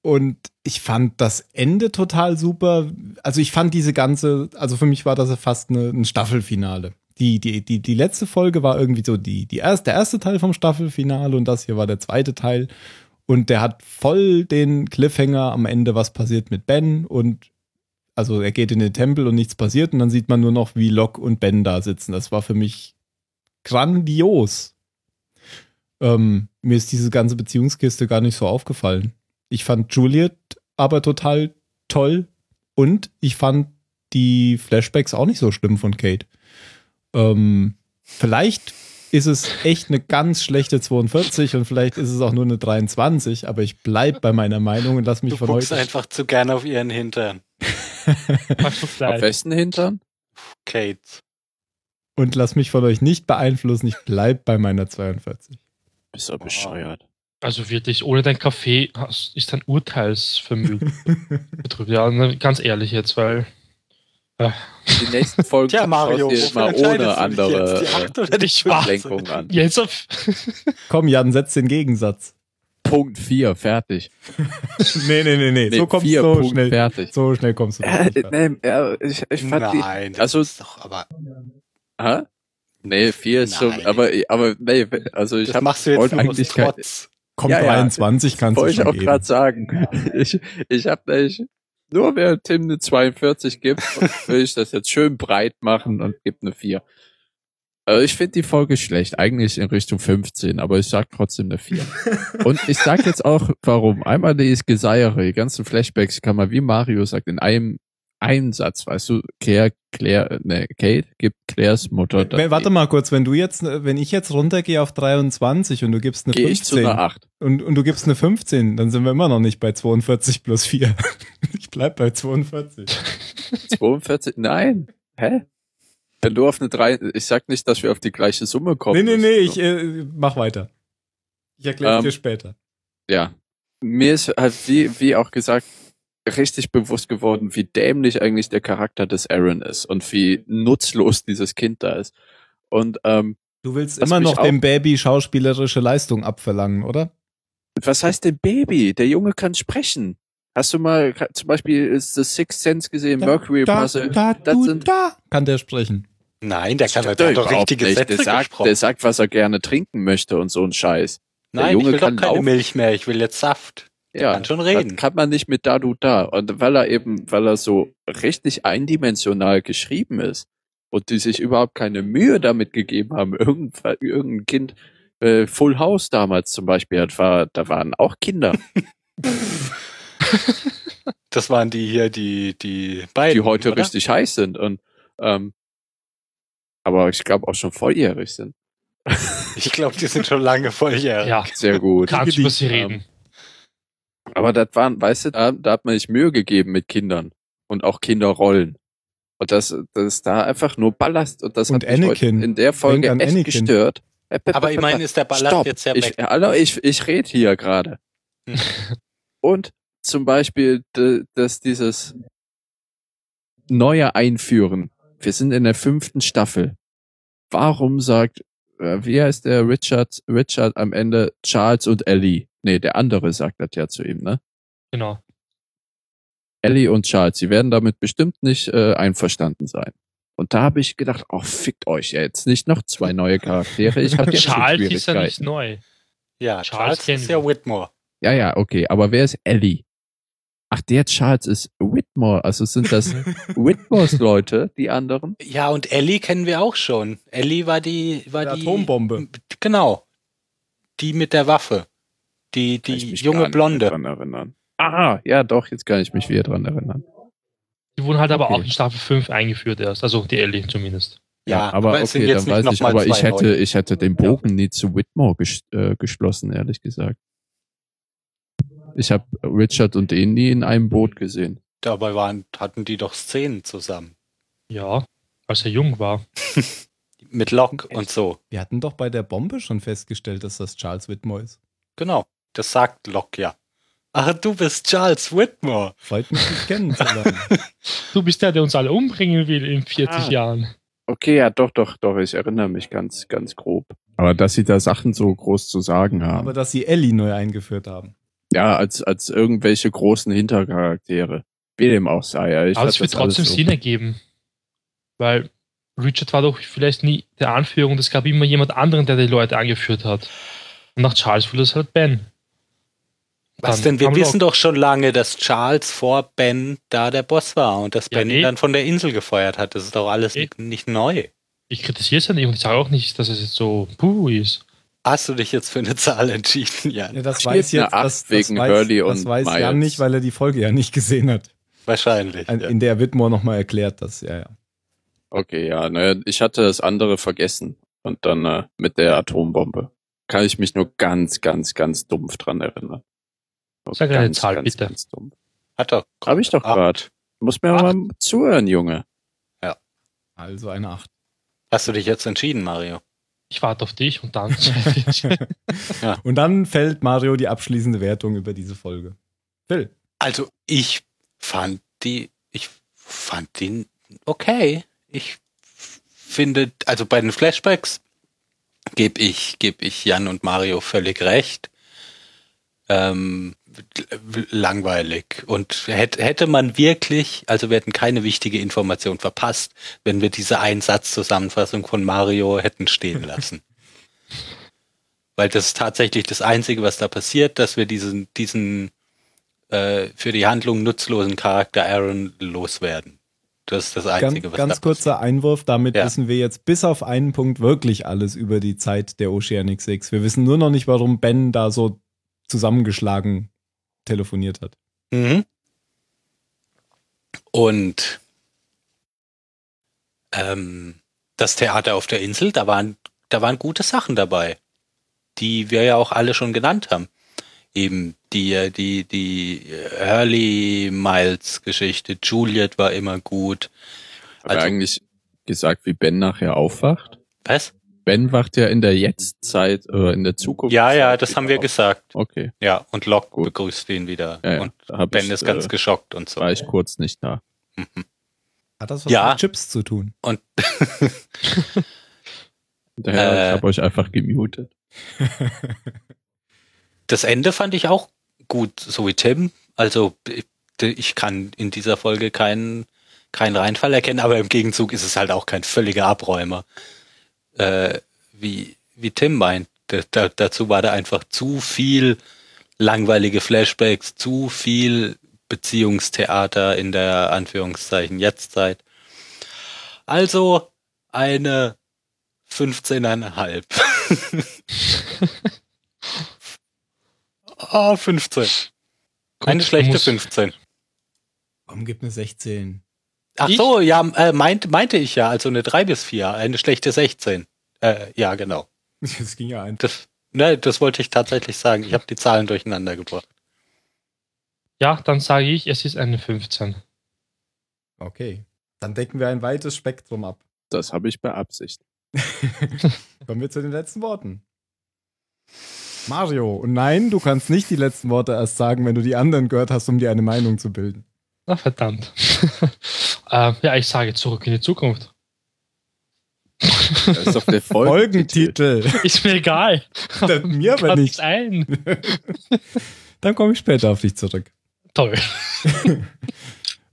Speaker 3: und ich fand das Ende total super. Also ich fand diese ganze, also für mich war das ja fast eine, ein Staffelfinale. Die, die, die, die letzte Folge war irgendwie so die, die erste, der erste Teil vom Staffelfinale und das hier war der zweite Teil. Und der hat voll den Cliffhanger am Ende, was passiert mit Ben. Und also er geht in den Tempel und nichts passiert. Und dann sieht man nur noch, wie Locke und Ben da sitzen. Das war für mich grandios. Ähm, mir ist diese ganze Beziehungskiste gar nicht so aufgefallen. Ich fand Juliet aber total toll und ich fand die Flashbacks auch nicht so schlimm von Kate. Ähm, vielleicht ist es echt eine ganz schlechte 42 und vielleicht ist es auch nur eine 23, aber ich bleib bei meiner Meinung und lass mich
Speaker 2: Du
Speaker 3: von
Speaker 2: guckst
Speaker 3: heute.
Speaker 2: einfach zu gern auf ihren Hintern.
Speaker 1: Machst du
Speaker 4: Auf
Speaker 1: gleich.
Speaker 4: wessen Hintern?
Speaker 2: Kate.
Speaker 3: Und lass mich von euch nicht beeinflussen, ich bleib bei meiner 42.
Speaker 4: Bist du bescheuert.
Speaker 1: Also wirklich, ohne dein Kaffee hast- ist dein Urteilsvermögen betrübt. Ja, ne, ganz ehrlich jetzt, weil
Speaker 4: Die nächsten Folgen
Speaker 2: Tja, Mario,
Speaker 4: schaust du
Speaker 2: wofür
Speaker 4: dir mal
Speaker 2: entscheidest du
Speaker 4: ohne
Speaker 2: dich
Speaker 4: andere
Speaker 2: jetzt? Die
Speaker 4: äh,
Speaker 2: Acht oder die Schwarze?
Speaker 4: Lenkung an.
Speaker 1: jetzt auf.
Speaker 3: Komm, Jan, setz den Gegensatz.
Speaker 4: Punkt 4, fertig.
Speaker 3: Nee, nee, nee, nee.
Speaker 4: Nee,
Speaker 3: so kommst
Speaker 4: vier
Speaker 3: du
Speaker 4: Punkt
Speaker 3: schnell.
Speaker 4: fertig.
Speaker 3: So schnell kommst du. doch
Speaker 4: Äh,
Speaker 3: nicht weiter.
Speaker 4: nee, ja, ich, ich fand die.
Speaker 2: Nein, das
Speaker 4: also-
Speaker 2: ist doch, aber
Speaker 4: Hä? Nee, 4 ist schon,
Speaker 2: Nein.
Speaker 4: aber, aber nee, also ich
Speaker 2: das
Speaker 4: hab,
Speaker 2: machst du jetzt
Speaker 4: wollte
Speaker 2: nur aus
Speaker 4: eigentlich kein-
Speaker 2: Trotz.
Speaker 3: Komm,
Speaker 4: Ja, ja.
Speaker 3: 23 kannst du
Speaker 4: wollte ich
Speaker 3: schon
Speaker 4: auch
Speaker 3: geben.
Speaker 4: gerade sagen. Ich, ich hab nämlich, nur wer Tim eine 42 gibt, will ich das jetzt schön breit machen und gib eine 4. Also ich finde die Folge schlecht, eigentlich in Richtung 15, aber ich sag trotzdem eine 4. Und ich sag jetzt auch, warum. Einmal die ist Geseiere, die ganzen Flashbacks kann man, wie Mario sagt, in einem einen Satz, weißt du, Claire, Claire, äh, ne, Kate gibt Claires Mutter.
Speaker 3: Wenn- Warte mal kurz, wenn du jetzt, wenn ich jetzt runtergehe auf 23 und du gibst eine
Speaker 4: Gehe ich zu
Speaker 3: 15
Speaker 4: einer 8.
Speaker 3: und, und du gibst eine 15, dann sind wir immer noch nicht bei 42 plus 4. Ich bleib bei 42.
Speaker 4: 42? Nein. Hä? Wenn du auf eine 3, ich sag nicht, dass wir auf die gleiche Summe kommen.
Speaker 3: nee, nee, nee,
Speaker 4: müssen.
Speaker 3: ich äh, mach weiter. Ich erkläre
Speaker 4: Ähm,
Speaker 3: dir später.
Speaker 4: Ja. Mir ist halt, wie, wie auch gesagt, richtig bewusst geworden, wie dämlich eigentlich der Charakter des Aaron ist und wie nutzlos dieses Kind da ist. Und ähm,
Speaker 3: Du willst
Speaker 4: lass
Speaker 3: immer
Speaker 4: mich
Speaker 3: noch dem Baby schauspielerische Leistung abverlangen, oder?
Speaker 4: was heißt denn Baby? Der Junge kann sprechen. Hast du mal ka- zum Beispiel ist The Sixth Sense gesehen, Mercury
Speaker 3: da,
Speaker 4: Puzzle?
Speaker 3: da,
Speaker 4: das
Speaker 3: du,
Speaker 4: sind-
Speaker 3: da kann der sprechen.
Speaker 2: Nein, der kann
Speaker 4: Stimmt
Speaker 2: der hat doch
Speaker 4: überhaupt
Speaker 2: richtige
Speaker 4: nicht.
Speaker 2: Sätze
Speaker 4: der sagt,
Speaker 2: gesprochen.
Speaker 4: der sagt, was er gerne trinken möchte und so ein Scheiß. der
Speaker 2: Nein, ich
Speaker 4: Junge
Speaker 2: will
Speaker 4: kann
Speaker 2: doch keine
Speaker 4: laufen.
Speaker 2: Milch mehr, ich will jetzt Saft.
Speaker 4: Ja,
Speaker 2: Kann schon
Speaker 4: Das
Speaker 2: reden.
Speaker 4: kann man nicht mit Dadu da. Und weil er eben, weil er so richtig eindimensional geschrieben ist und die sich überhaupt keine Mühe damit gegeben haben, irgendwann, irgendein Kind, äh, Full House damals zum Beispiel, das war, da waren auch Kinder,
Speaker 2: Das waren die hier, die, die beiden.
Speaker 4: die heute
Speaker 2: oder?
Speaker 4: richtig heiß sind und, ähm, aber ich glaube auch schon volljährig sind.
Speaker 2: Ich glaube, die sind schon lange volljährig.
Speaker 1: Ja,
Speaker 4: Sehr gut.
Speaker 1: kannst du über sie
Speaker 4: Ähm,
Speaker 1: reden.
Speaker 4: Aber das waren, weißt du, da, da hat man sich Mühe gegeben mit Kindern und auch Kinderrollen. Und das, das ist da einfach nur Ballast und das
Speaker 3: Und
Speaker 4: hat mich heute
Speaker 3: Anakin.
Speaker 4: in der Folge
Speaker 3: Denk an
Speaker 4: echt
Speaker 3: Anakin.
Speaker 4: gestört. Äh, p-
Speaker 2: Aber
Speaker 4: p-
Speaker 2: ich meine,
Speaker 4: p-
Speaker 2: ist der Ballast
Speaker 4: stopp.
Speaker 2: jetzt ja weg.
Speaker 4: ich, äh, hallo, ich, ich rede hier gerade.
Speaker 2: Hm.
Speaker 4: und zum Beispiel, d- dass dieses neue Einführen. Wir sind in der fünften Staffel. Warum sagt, äh, wie heißt der Richard, Richard am Ende Charles und Ellie? Nee, der andere sagt das ja zu ihm, ne?
Speaker 1: Genau.
Speaker 4: Ellie und Charles, sie werden damit bestimmt nicht äh, einverstanden sein. Und da habe ich gedacht, oh, fickt euch ja jetzt nicht noch zwei neue Charaktere. Ich habe jetzt schon
Speaker 1: Charles ist ja nicht
Speaker 4: Schwierigkeiten.
Speaker 1: neu.
Speaker 2: ja,
Speaker 1: Charles
Speaker 2: Charles
Speaker 1: kennen
Speaker 2: ist
Speaker 1: wir.
Speaker 2: ja Whitmore.
Speaker 4: Ja, ja, okay. Aber wer ist Ellie? Ach, der Charles ist Whitmore. Also sind das Whitmores Leute, die anderen?
Speaker 2: Ja, und Ellie kennen wir auch schon. Ellie war die, war
Speaker 3: Der
Speaker 2: die
Speaker 3: Atombombe.
Speaker 2: Genau. Die mit der Waffe. Die,
Speaker 4: Kann ich
Speaker 2: die
Speaker 4: mich
Speaker 2: junge
Speaker 4: gar nicht
Speaker 2: Blonde.
Speaker 4: Dran erinnern. Ah, ja, doch, jetzt kann ich mich wieder dran erinnern.
Speaker 1: Die wurden halt aber
Speaker 4: Okay.
Speaker 1: auch in Staffel 5 eingeführt erst. Also die Ellie zumindest.
Speaker 4: Ja, aber,
Speaker 2: es sind
Speaker 4: okay, dann
Speaker 2: jetzt
Speaker 4: weiß
Speaker 2: nicht
Speaker 4: ich,
Speaker 2: noch mal
Speaker 4: aber ich
Speaker 2: zwei
Speaker 4: hätte,
Speaker 2: neue.
Speaker 4: ich hätte den Bogen nie zu Whitmore ges äh, geschlossen, ehrlich gesagt. Ich habe Richard und den nie in einem Boot gesehen.
Speaker 2: Dabei waren, hatten die doch Szenen zusammen.
Speaker 1: Ja, als er jung war.
Speaker 2: Mit Locke und so.
Speaker 3: Wir hatten doch bei der Bombe schon festgestellt, dass das Charles Whitmore ist.
Speaker 2: Genau. Das sagt Locke ja. Ach, du bist Charles Whitmore.
Speaker 3: Freut mich, dich kennenzulernen.
Speaker 1: Du bist der, der uns alle umbringen will in 40
Speaker 4: Ah.
Speaker 1: Jahren.
Speaker 4: Okay, ja, doch, doch, doch. Ich erinnere mich ganz, ganz grob.
Speaker 5: Aber dass sie da Sachen so groß zu sagen haben.
Speaker 3: Aber dass sie Ellie neu eingeführt haben.
Speaker 5: ja,
Speaker 4: Ja, als, als irgendwelche großen Hintercharaktere. Wie dem auch sei. Ja. Ich
Speaker 1: Aber
Speaker 4: fand
Speaker 1: es wird
Speaker 4: das alles
Speaker 1: trotzdem
Speaker 4: so-
Speaker 1: Sinn ergeben. Weil Richard war doch vielleicht nie der Anführer und es gab immer jemand anderen, der die Leute angeführt hat. Und nach Charles wurde es halt Ben.
Speaker 2: Was
Speaker 1: Dann
Speaker 2: denn? Wir
Speaker 1: kam
Speaker 2: wissen doch schon lange, dass Charles vor Ben da der Boss war und dass
Speaker 1: Ja,
Speaker 2: Ben
Speaker 1: eh.
Speaker 2: ihn dann von der Insel gefeuert hat. Das ist doch alles
Speaker 1: Eh.
Speaker 2: nicht neu.
Speaker 1: Ich kritisiere es ja nicht und ich sage auch nicht, dass es jetzt so puh ist.
Speaker 2: Hast du dich jetzt für eine Zahl entschieden, Jan?
Speaker 3: Ja, das
Speaker 4: Steht
Speaker 3: weiß
Speaker 4: eine
Speaker 3: jetzt, das,
Speaker 4: Acht
Speaker 3: das
Speaker 4: wegen
Speaker 3: weiß,
Speaker 4: Hurley
Speaker 3: das
Speaker 4: und
Speaker 3: weiß Jan
Speaker 4: Miles.
Speaker 3: nicht, weil er die Folge ja nicht gesehen hat.
Speaker 2: Wahrscheinlich.
Speaker 3: Ein-
Speaker 2: ja.
Speaker 3: In der Whitmore nochmal erklärt das, ja, ja.
Speaker 4: Okay, ja, ne, ich hatte das andere vergessen. Und dann äh, mit der Atombombe. Kann ich mich nur ganz, ganz, ganz dumpf dran erinnern. Nur
Speaker 1: Sag eine Zahl, bitte.
Speaker 4: Ganz dumpf.
Speaker 2: Hat doch.
Speaker 4: Hab ich doch
Speaker 2: Ah,
Speaker 4: gerade. Muss mir mal zuhören, Junge.
Speaker 3: Also eine Acht.
Speaker 2: Hast du dich jetzt entschieden, Mario?
Speaker 1: Ich warte auf dich und dann.
Speaker 3: Und dann fällt Mario die abschließende Wertung über diese Folge. Phil,
Speaker 2: Also ich fand die, ich fand den okay. Ich finde, also bei den Flashbacks gebe ich, geb ich Jan und Mario völlig recht. Ähm, l- langweilig. Und hätte, hätte man wirklich, also wir hätten keine wichtige Information verpasst, wenn wir diese Einsatzzusammenfassung von Mario hätten stehen lassen. Weil das ist tatsächlich das Einzige, was da passiert, dass wir diesen, diesen äh, für die Handlung nutzlosen Charakter Aaron loswerden. Das ist das
Speaker 3: ganz,
Speaker 2: Einzige, was
Speaker 3: ganz
Speaker 2: da passiert.
Speaker 3: kurzer Einwurf. Damit
Speaker 2: Ja.
Speaker 3: wissen wir jetzt bis auf einen Punkt wirklich alles über die Zeit der Oceanic Six. Wir wissen nur noch nicht, warum Ben da so zusammengeschlagen telefoniert hat.
Speaker 2: Mhm. Und ähm, das Theater auf der Insel, da waren, da waren gute Sachen dabei, die wir ja auch alle schon genannt haben. Eben die, äh, die, die Hurley Miles Geschichte, Juliet war immer gut.
Speaker 5: aber
Speaker 2: Also-
Speaker 5: eigentlich gesagt, wie Ben nachher aufwacht.
Speaker 2: Was?
Speaker 5: Ben wacht ja in der Jetztzeit, äh, in der Zukunft.
Speaker 2: Ja, ja, das haben wir
Speaker 5: auf.
Speaker 2: gesagt.
Speaker 5: Okay,
Speaker 2: Ja, und Locke
Speaker 5: Gut.
Speaker 2: begrüßt ihn wieder.
Speaker 5: ja, ja.
Speaker 2: Und
Speaker 5: da hab
Speaker 2: Ben
Speaker 5: ich,
Speaker 2: ist ganz
Speaker 5: äh,
Speaker 2: geschockt und so.
Speaker 5: war ich kurz nicht da.
Speaker 2: Mhm.
Speaker 3: Hat das was
Speaker 2: Ja.
Speaker 3: mit Chips zu tun?
Speaker 2: Und
Speaker 5: Daher,
Speaker 2: Äh.
Speaker 5: ich habe euch einfach gemutet.
Speaker 2: das Ende fand ich auch gut, so wie Tim. Also ich- ich kann in dieser Folge keinen keinen Reinfall erkennen, aber im Gegenzug ist es halt auch kein völliger Abräumer. Äh, wie, wie Tim meint, da, da, dazu war da einfach zu viel langweilige Flashbacks, zu viel Beziehungstheater in der Anführungszeichen Jetztzeit. Also eine 15,5. Ah, 15. Eine schlechte 15.
Speaker 3: Warum gibt eine 16?
Speaker 2: Ach
Speaker 1: Ich?
Speaker 2: so, ja, äh, meint, meinte ich ja, also eine 3 bis 4, eine schlechte 16. Äh, ja, genau.
Speaker 3: Das ging ja einfach.
Speaker 2: Das, ne, das wollte ich tatsächlich sagen. Ich habe die Zahlen durcheinander gebracht.
Speaker 1: Ja, dann sage ich, es ist eine 15.
Speaker 3: Okay. Dann decken wir ein weites Spektrum ab.
Speaker 5: Das habe ich beabsichtigt.
Speaker 3: Kommen wir zu den letzten Worten. Mario, und nein, du kannst nicht die letzten Worte erst sagen, wenn du die anderen gehört hast, um dir eine Meinung zu bilden.
Speaker 1: Na verdammt. äh, ja, ich sage zurück in die Zukunft.
Speaker 5: Das ist doch der Folgentitel.
Speaker 3: Folgentitel.
Speaker 1: Ist mir egal.
Speaker 3: Das mir aber
Speaker 1: Kann's
Speaker 3: nicht.
Speaker 1: ein.
Speaker 3: Dann komme ich später auf dich zurück.
Speaker 1: Toll.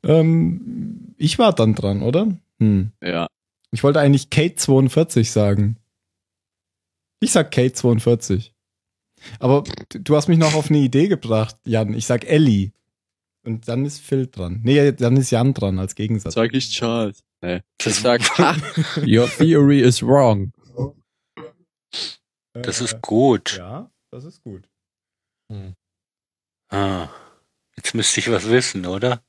Speaker 3: Ähm, ich war dann dran, oder? Hm.
Speaker 5: Ja,
Speaker 3: Ich wollte eigentlich Kate 42 sagen. Ich sag Kate 42. Aber d- du hast mich noch auf eine Idee gebracht, Jan. Ich sag Ellie. Und dann ist Phil dran. Nee, dann ist Jan dran als Gegensatz.
Speaker 5: sag ich Charles. Nee. Ich
Speaker 2: Das-
Speaker 5: sag, your theory is wrong.
Speaker 2: Das
Speaker 3: Äh,
Speaker 2: ist gut.
Speaker 3: Ja, das ist gut.
Speaker 2: Ah, jetzt müsste ich was wissen, oder?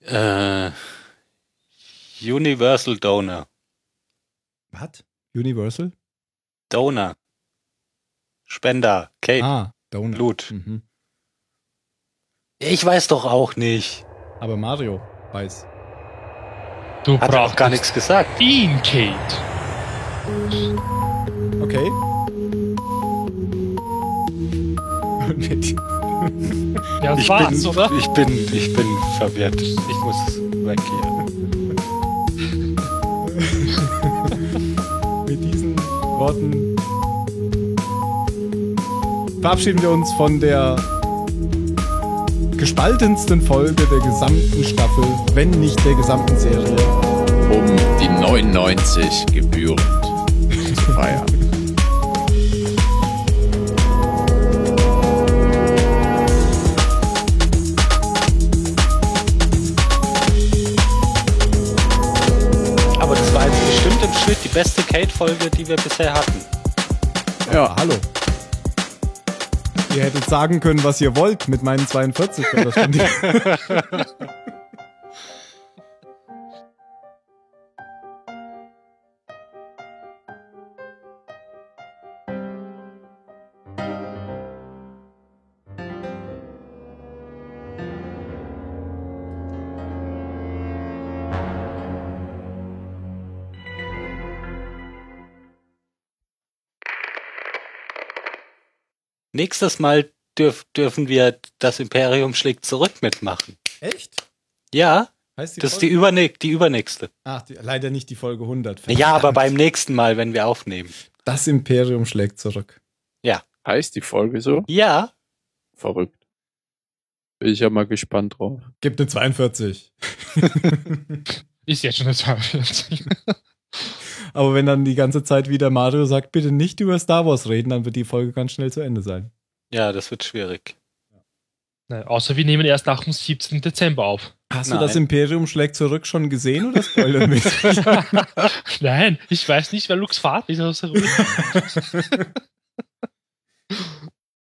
Speaker 2: Äh, Universal Donor.
Speaker 3: Was? Universal?
Speaker 2: Donor. Spender. Kate.
Speaker 3: Ah, Donut.
Speaker 2: Blut.
Speaker 3: Mhm.
Speaker 2: Ich weiß doch auch nicht.
Speaker 3: Aber Mario weiß.
Speaker 1: Du
Speaker 2: Hat er auch
Speaker 1: brauchst
Speaker 2: gar nichts gesagt.
Speaker 1: ihn, Kate.
Speaker 3: Okay. Und mit-
Speaker 1: Ja, das
Speaker 2: Ich
Speaker 1: war's,
Speaker 2: bin,
Speaker 1: oder?
Speaker 2: ich bin, ich bin verwirrt. Ich muss weg hier.
Speaker 3: Mit diesen Worten verabschieden wir uns von der gespaltensten Folge der gesamten Staffel, wenn nicht der gesamten Serie.
Speaker 5: um die 99 gebührend zu feiern.
Speaker 2: Aber das war jetzt bestimmt im Schnitt die beste Kate-Folge, die wir bisher hatten.
Speaker 3: Ja, hallo. Ihr hättet sagen können, was ihr wollt mit meinen 42. aber das stimmt nicht.
Speaker 2: Nächstes Mal dürf, dürfen wir das Imperium schlägt zurück mitmachen.
Speaker 3: Echt?
Speaker 2: Ja,
Speaker 3: Heißt die
Speaker 2: das ist die,
Speaker 3: Folge?
Speaker 2: überne die übernächste.
Speaker 3: Ach, die, leider nicht die Folge 100.
Speaker 2: Ja, aber beim nächsten Mal, wenn wir aufnehmen.
Speaker 3: Das Imperium schlägt zurück.
Speaker 4: Heißt die Folge so?
Speaker 2: Ja,
Speaker 4: Verrückt. Bin ich ja mal gespannt drauf.
Speaker 3: Gibt eine 42.
Speaker 1: Ist jetzt schon eine 42.
Speaker 3: aber wenn dann die ganze Zeit wieder Mario sagt, bitte nicht über Star Wars reden, dann wird die Folge ganz schnell zu Ende sein.
Speaker 2: ja, das wird schwierig.
Speaker 1: Nein, außer wir nehmen erst nach dem 17. Dezember auf.
Speaker 3: Hast
Speaker 2: Nein.
Speaker 3: du das Imperium schlägt zurück schon gesehen oder spoilern wir?
Speaker 1: Nein, ich weiß nicht, wer Lux Vater ist. Also